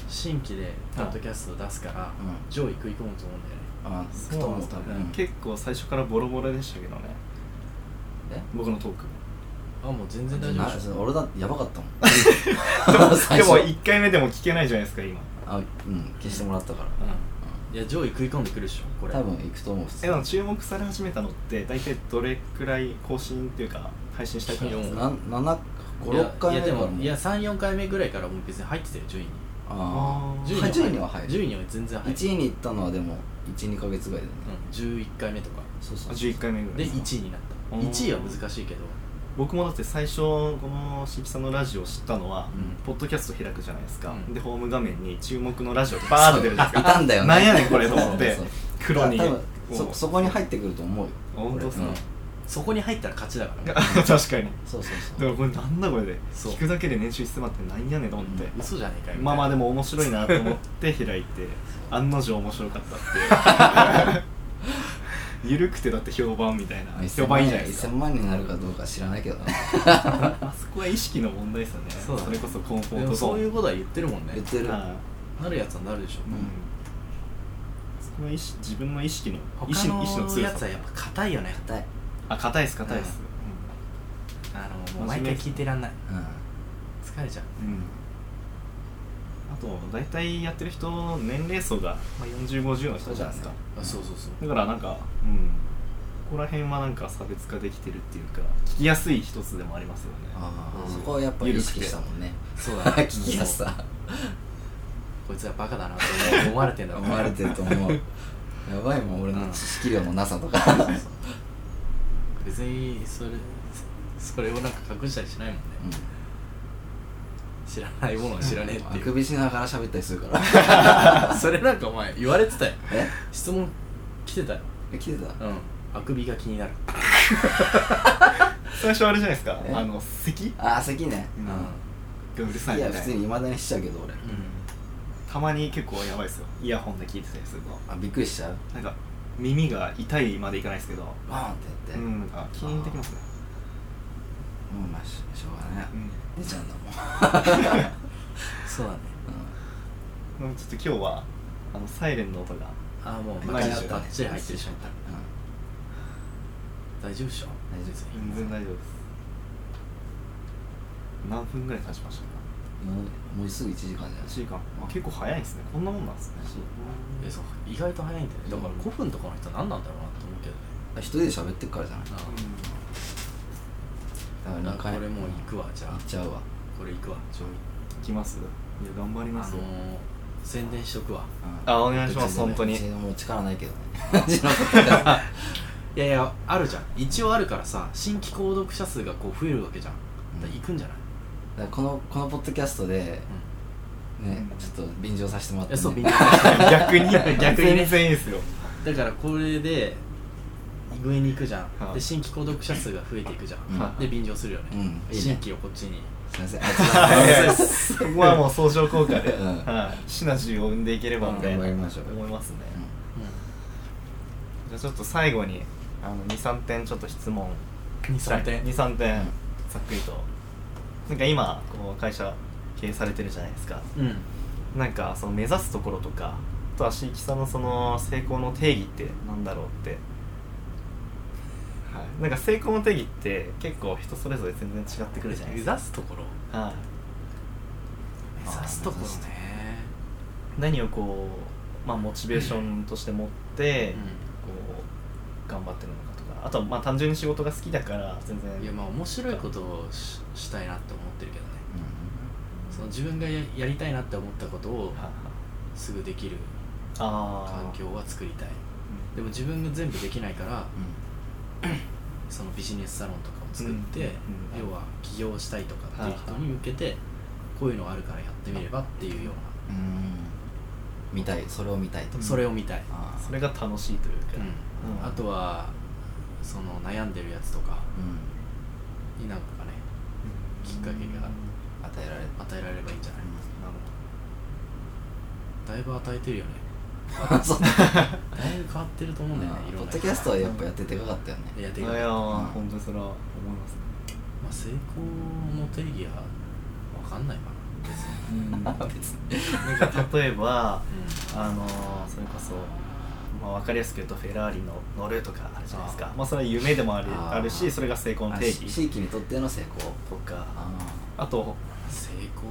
Speaker 3: 新規でポッドキャストを出すか
Speaker 2: う
Speaker 3: ら、
Speaker 2: ん
Speaker 3: 上位食い込むと思うんだよね
Speaker 2: あそうなんだ多
Speaker 1: ね
Speaker 2: 分うん
Speaker 1: 結構最初からボロボロでしたけどね
Speaker 2: え
Speaker 1: 僕のトーク
Speaker 3: あもう全然大丈夫でし
Speaker 2: な
Speaker 3: ょ
Speaker 2: 俺だってやばか ったもん 最
Speaker 1: で
Speaker 2: 初
Speaker 1: も1回目でも聞けないじゃないですか今
Speaker 2: あうん消してもらったから
Speaker 3: うんいや上位食い込んでくるでしょこれ
Speaker 2: 多分行くと思う普
Speaker 1: え
Speaker 2: 通
Speaker 1: でも注目され始めたのって大体どれくらい更新っていうか配信したか
Speaker 3: いや
Speaker 1: ら
Speaker 2: な7
Speaker 3: いや
Speaker 2: 56回目
Speaker 3: いやで
Speaker 2: だから
Speaker 3: もいや34回目ぐらいからもう別に入ってたよ上位に
Speaker 2: あ
Speaker 1: あ
Speaker 2: あ
Speaker 1: ー
Speaker 3: 順
Speaker 2: 10位には入る
Speaker 3: 順位には全然入る
Speaker 2: 1位に行ったのはでも12か月ぐらいだよね
Speaker 3: うん、11回目とか
Speaker 2: そうそう
Speaker 1: 11回目ぐらい
Speaker 3: で
Speaker 1: ですか
Speaker 3: 1位になっ
Speaker 1: う
Speaker 3: た
Speaker 1: ん
Speaker 3: 1位は難しいけど
Speaker 1: 僕もだって最初この椎木さんのラジオを知ったのは、
Speaker 3: うん
Speaker 1: ポッドキャスト開くじゃないですか、
Speaker 3: うん
Speaker 1: でホーム画面に注目のラジオってバーって出るじゃないで
Speaker 2: い
Speaker 1: すか
Speaker 2: たんだよね
Speaker 1: なんやねんこれと思って
Speaker 2: そうそうそう
Speaker 1: 黒に
Speaker 2: だから多分そそこに入ってくると思うよ
Speaker 1: 本当っすか、
Speaker 3: うん
Speaker 1: うん
Speaker 3: そそこに入ったら勝ちだからね
Speaker 1: 確かに
Speaker 2: そうそう
Speaker 1: で
Speaker 2: そう
Speaker 1: もこれなんだこれで
Speaker 3: そう
Speaker 1: 聞くだけで年収1000万ってなんやねんと思って、
Speaker 3: 嘘じゃねえかよ
Speaker 1: まあまあで
Speaker 3: も
Speaker 1: も面白いなと思って開いて案の定面白かったって いう緩くてだって評判みたいな評
Speaker 2: 1000
Speaker 1: 判
Speaker 2: 万
Speaker 1: いいじゃないです
Speaker 2: 1000
Speaker 1: か
Speaker 2: 万になるかどうか知らない けどな
Speaker 1: あそこは意識の問題ですよね
Speaker 3: そうだね
Speaker 1: れこそコンフ
Speaker 3: で
Speaker 1: ォー
Speaker 3: も
Speaker 1: トゾ
Speaker 3: そうい
Speaker 1: ーン
Speaker 3: うことは言ってるもんね
Speaker 2: 言ってる
Speaker 1: あ
Speaker 3: なるやつはなるでしょ
Speaker 1: あうんそこは意識自分の意識の意
Speaker 3: 他
Speaker 1: 志意志の
Speaker 3: の
Speaker 1: 強
Speaker 3: や
Speaker 1: さ
Speaker 3: つはやっぱ硬いよね
Speaker 2: 硬い
Speaker 1: あ硬いです硬いです
Speaker 3: あのも
Speaker 1: 真
Speaker 3: う毎
Speaker 1: 面目
Speaker 3: 回聞いてらんない
Speaker 2: うん
Speaker 3: 疲れちゃう
Speaker 1: うん、うんあと大体やってる人の年齢層が、まあ、4050の人じゃないですか
Speaker 3: あそうそうそう
Speaker 1: だからなんか、うん、ここら辺はなんか差別化できてるっていうか聞きやすい一つでもありますよね
Speaker 2: あ
Speaker 3: う
Speaker 2: あ
Speaker 3: ん
Speaker 2: そこはやっぱ意識したもんね
Speaker 3: そうだね
Speaker 2: 聞きやすさ
Speaker 3: こいつらバカだなって思われてんだろうね
Speaker 2: 思われてると思う やばいもん俺の知識量のなさとか
Speaker 3: 別にそれそれをなんか隠したりしないもんね
Speaker 2: う
Speaker 3: 知らないものを知らねえ
Speaker 2: ん
Speaker 3: っ
Speaker 2: あ
Speaker 3: てい
Speaker 2: く
Speaker 3: う
Speaker 2: びしながら喋ったりする から
Speaker 3: それなんかお前言われてたよ
Speaker 2: え
Speaker 3: 質問来てたよ
Speaker 2: え来てた
Speaker 3: うんあくびが気になる
Speaker 1: 最初あれじゃないですか
Speaker 2: え
Speaker 1: あの咳
Speaker 2: ああ咳ね
Speaker 1: うん
Speaker 3: うん
Speaker 1: がうるさいみ
Speaker 2: い
Speaker 1: たい
Speaker 2: や
Speaker 1: な
Speaker 2: 普通にいまだにしちゃうけど俺
Speaker 1: たまに結構やばいですよイヤホンで聞いてたりすると
Speaker 2: あびっくりしちゃう
Speaker 1: なんか耳が痛いまでいかないですけど
Speaker 2: バーンって
Speaker 1: う
Speaker 2: やっても
Speaker 1: んなんか気に入ってきますね
Speaker 2: うまあししょうがない出ちゃうんだもん
Speaker 3: そうだね
Speaker 1: うんでもちょっと今日はあのサイレンの音が
Speaker 3: ああもう
Speaker 1: う
Speaker 3: バ
Speaker 1: まいでしょ
Speaker 3: ッチリ入ってるしまった
Speaker 2: うん
Speaker 3: 大丈夫っしょ
Speaker 2: 大丈夫です
Speaker 1: 全然大丈夫です何分ぐらい経ちましたか
Speaker 2: うんもうすぐ1時間じゃない
Speaker 1: 1時間あ結構早いですねこんなもんなんですね
Speaker 3: えそう意外と早いんだよねだから古墳とかの人何なんだろうなって思うけどね
Speaker 2: あ一人で喋ってっからじゃない
Speaker 1: うん
Speaker 2: だ
Speaker 3: あ
Speaker 2: か
Speaker 3: こ
Speaker 2: ら
Speaker 3: れもう行く
Speaker 2: わ
Speaker 3: わじゃ
Speaker 2: 行
Speaker 3: あ
Speaker 2: っちゃうわ
Speaker 3: これ行くわちょ
Speaker 1: 行きますいや頑張り
Speaker 3: あ
Speaker 1: ま
Speaker 3: の
Speaker 1: すよ
Speaker 3: ー宣伝しとくわ
Speaker 1: あお願いします
Speaker 2: 別
Speaker 1: 本当に
Speaker 2: うちもう力ないけどねうちのことが
Speaker 3: いやいやあるじゃん一応あるからさ新規購読者数がこう増えるわけじゃんだから行くんじゃない、
Speaker 2: だからこのこのポッドキャストでね
Speaker 1: うん
Speaker 2: ちょっと便乗させてもらって
Speaker 3: いや
Speaker 2: ね
Speaker 3: そうみんな
Speaker 2: う
Speaker 1: 逆 に
Speaker 3: 逆にね
Speaker 1: 全然いいですよ
Speaker 3: だからこれで上に行くじゃ
Speaker 1: は
Speaker 3: ん
Speaker 1: い
Speaker 3: で新規購読者数が増えていくじゃん、
Speaker 1: はい
Speaker 3: で便乗するよね、
Speaker 2: んいい
Speaker 3: 新
Speaker 2: ね
Speaker 3: 規をこっちに
Speaker 2: すいませんあ
Speaker 1: そこはもう相乗効果で、
Speaker 2: うん
Speaker 1: はいシナジーを生んでいければみたいな
Speaker 2: 頑張りましょう
Speaker 1: 思いますね、
Speaker 2: う
Speaker 1: じゃあちょっと最後にあの23点ちょっと質問
Speaker 3: 23点
Speaker 1: 23点、
Speaker 2: うん
Speaker 1: ざっくりとなんか今こう会社経営されてるじゃないですか
Speaker 3: うん、
Speaker 1: なんかその目指すところとかあとは椎木さんのその成功の定義ってなんだろうって、はい、なんか成功の定義って結構人それぞれ全然違ってくるじゃない
Speaker 3: 目
Speaker 1: ですか、
Speaker 3: 指すところ
Speaker 1: はい、
Speaker 3: 目指すところね
Speaker 1: 何をこう、まあ、モチベーションとして持って、
Speaker 3: うん
Speaker 1: こう頑張ってるのかとかあとはまあ単純に仕事が好きだから全然
Speaker 3: いやまあ面白いことをししたいなって思ってるけどねその自分がややりたいなって思ったことを
Speaker 1: はは
Speaker 3: すぐできる
Speaker 1: あー
Speaker 3: 環境は作りたい
Speaker 1: うん
Speaker 3: でも自分が全部できないから
Speaker 2: ん
Speaker 3: そのビジネスサロンとかを作って、
Speaker 1: うんうん
Speaker 3: 要は起業したいとかっていう人に向けてこういうのあるからやってみればっていうよう
Speaker 2: うんうん見たいそれを見たいと
Speaker 1: うん
Speaker 3: なそれを見たい、
Speaker 2: あ
Speaker 1: それが楽しいというか、
Speaker 3: うん
Speaker 1: うん
Speaker 3: あとはその悩んでるやつとか
Speaker 2: ーうん
Speaker 3: になんかねきっかけが
Speaker 2: 与えられる
Speaker 3: 与えられればいいんじゃな
Speaker 1: な
Speaker 3: いだいぶ与えてるよね
Speaker 2: そう
Speaker 3: だいぶ変わると思うんだよねいろ
Speaker 2: ポ
Speaker 3: んな
Speaker 2: ッドキャストはやっぱやっててよかったよね
Speaker 3: いやて
Speaker 1: る
Speaker 3: か、
Speaker 1: ほどいや
Speaker 3: まあ、
Speaker 1: ー本当にそれは思いますね
Speaker 3: 成功の定義は分かんないかな別に、
Speaker 2: 別に
Speaker 1: なんか例えば
Speaker 3: う
Speaker 1: あのーそれこそ、まあ、分かりやすく言うとフェラーリの乗るとかあるじゃないですかまあそれは夢でもある
Speaker 2: あ
Speaker 1: あ
Speaker 2: ー
Speaker 1: るしそれが成功の
Speaker 2: あ
Speaker 1: 定
Speaker 2: し地
Speaker 1: 義
Speaker 2: 域にとっての成功
Speaker 1: とか
Speaker 2: あ
Speaker 1: あと、
Speaker 3: ん成功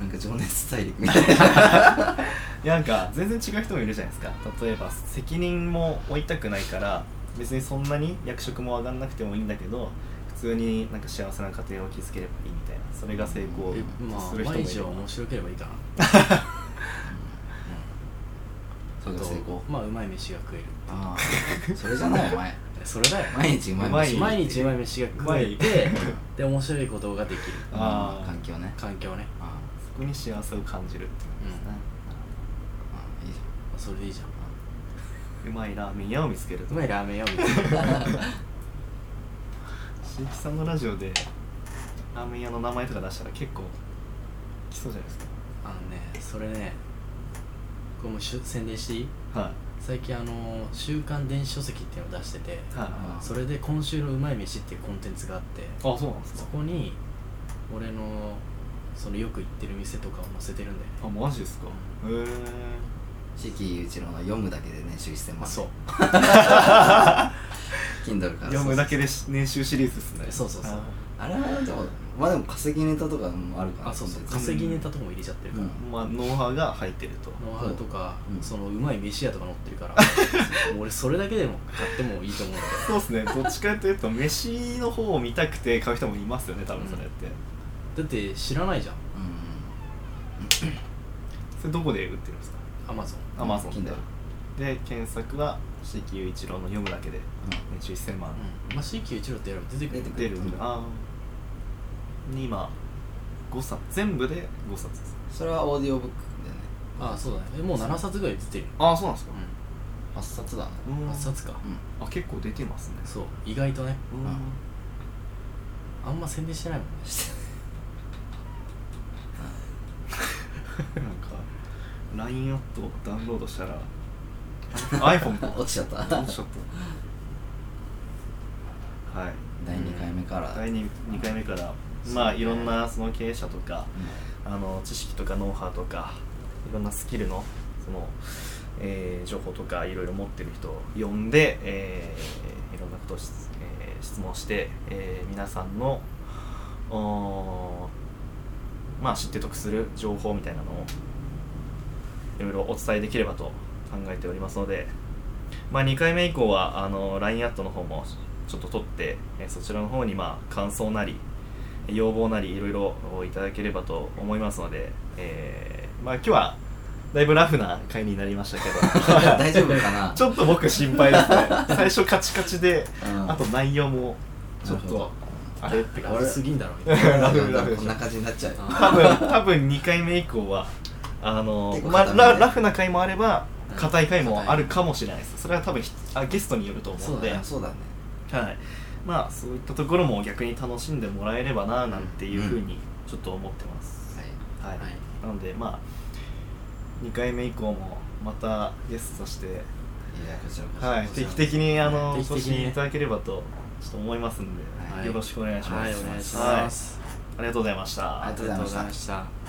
Speaker 2: あなんか情熱大陸みたいな
Speaker 1: いやなんか全然違う人もいるじゃないですか例えば責任も負いたくないから別にそんなに役職も上がんなくてもいいんだけど普通になんか幸せな家庭を築ければいいみたいなそれが成功
Speaker 3: えまあ
Speaker 1: する人もい
Speaker 3: 毎
Speaker 1: る
Speaker 3: 日は面白ければいいかな
Speaker 2: それが成功
Speaker 3: まあうまい飯が食える
Speaker 2: ああ それじゃないお前
Speaker 3: それだよ
Speaker 2: 毎日うまい
Speaker 1: 毎日
Speaker 2: 飯
Speaker 3: 毎日うまい飯が食えてで面白いことができる
Speaker 1: あー
Speaker 2: 環境ね
Speaker 3: 環境ね
Speaker 2: あ
Speaker 1: そこに幸せを感じるっていうことですね、
Speaker 2: あああいいじ
Speaker 3: まあそれでいいじゃん
Speaker 2: ゃ
Speaker 1: うまいラーメン屋を見つける
Speaker 3: う
Speaker 1: と
Speaker 3: まいラーメン屋を見つける
Speaker 1: 鈴木さんのラジオでラーメン屋の名前とか出したら結構来そうじゃないです
Speaker 3: あのねそれねこれもうしゅ宣伝していい
Speaker 1: かは
Speaker 3: 最近あの「週刊電子書籍」っていうのを出してて
Speaker 1: いはい
Speaker 2: あ
Speaker 3: それで「今週のうまい飯」っていうコンテンツがあって
Speaker 1: あそうなんです
Speaker 3: そ
Speaker 1: か
Speaker 3: こに俺のそのよく行ってる店とかを載せてるんだよね
Speaker 1: あマジですかへえ
Speaker 2: 四季雄一郎の読むだけで年収1000万
Speaker 3: そう
Speaker 2: Kindle から
Speaker 1: 読むだけでし年収シリーズですね
Speaker 3: そうそうそう
Speaker 1: あ
Speaker 2: あれはでもまあでも稼ぎネタとかもあるから
Speaker 3: あそうそう
Speaker 1: か
Speaker 3: 稼ぎネタとかも入れちゃってるから、
Speaker 2: うん
Speaker 1: まあノウハウが入ってると
Speaker 3: ノウハウとか、
Speaker 2: うん
Speaker 3: そのうまい飯屋とか載ってるからもう俺それだけでも買ってもいいと思うんだよ
Speaker 1: そうですねどっちかというと飯の方を見たくて買う人もいますよね多分それって、
Speaker 3: だって知らないじゃん
Speaker 2: う
Speaker 1: それどこで売ってるんですか
Speaker 3: アマゾン
Speaker 1: アマゾン
Speaker 2: Kindle
Speaker 1: で検索は椎木雄一郎の読むだけで年収1000万
Speaker 3: うんまあ C 級一郎ってやれば出てくる
Speaker 2: 出てく
Speaker 1: 出る
Speaker 2: うん
Speaker 1: ああに今5冊全部で5冊です
Speaker 2: んそれはオーディオブックだよね
Speaker 3: ああそうだねえもう7冊ぐらい出てるよ、
Speaker 1: ああそうなんですか
Speaker 2: 8冊だね
Speaker 1: うん
Speaker 3: 8冊か
Speaker 2: う
Speaker 1: あ結構出てますね
Speaker 3: そう意外とね
Speaker 1: うん
Speaker 2: あ
Speaker 3: あんま宣伝してないもんね
Speaker 1: なんか LINE アップをダウンロードした ら iPhone
Speaker 2: ん落ちちゃった
Speaker 1: 落ちちゃったはい
Speaker 2: 第2回目から
Speaker 1: 第 2, 2回目からまあいろんなその経営者とかあの知識とかノウハウとかいろんなスキルのその、えー情報とかいろいろ持ってる人を呼んで、えーいろんなことをし、えー質問して、えー皆さんのおーまあ知って得する情報みたいなのをいろいろお伝えできればと考えておりますので、まあ、2回目以降はあの LINE アットの方もちょっと取って、えーそちらの方にまあ感想なり要望なりいろいろいただければと思いますので、えーまあ今日はだいぶラフな回になりましたけど
Speaker 2: 大丈夫 かな
Speaker 1: ちょっと僕心配ですね最初カチカチで、
Speaker 2: うん
Speaker 1: あと内容もちょっ
Speaker 2: なるほ
Speaker 1: と
Speaker 2: ど
Speaker 1: あれって
Speaker 3: ラ
Speaker 1: 感
Speaker 3: ブ
Speaker 1: じ
Speaker 3: すぎんだろみたいな
Speaker 1: ラフラフで
Speaker 2: こ
Speaker 1: し
Speaker 2: ん
Speaker 1: ょ
Speaker 2: な感じになっちゃう
Speaker 1: 多分多分2回目以降はあの、
Speaker 2: 結構
Speaker 1: まあ、
Speaker 2: 硬めね
Speaker 1: ララフな回もあれば
Speaker 3: うん
Speaker 1: 硬い回もあるかもしれないですそれは多分ひあゲストによると思うので
Speaker 2: あそうだね
Speaker 1: はい、まあそういったところも逆に楽しんでもらえればななんていうふうにちょっと思ってます、
Speaker 2: はい
Speaker 1: はい
Speaker 3: はい
Speaker 1: なのでまあ2回目以降もまたゲストとして、
Speaker 2: いやこちらこそ
Speaker 1: はい、定期的にあの、
Speaker 3: 定
Speaker 1: お
Speaker 3: 期的にね
Speaker 1: 越しいただければとちょっと思いますんで、
Speaker 2: はい
Speaker 1: よろしくお願いしま
Speaker 3: はい
Speaker 1: す、
Speaker 3: お願いします
Speaker 1: はいありがとうございました
Speaker 2: ありがとうございました
Speaker 3: した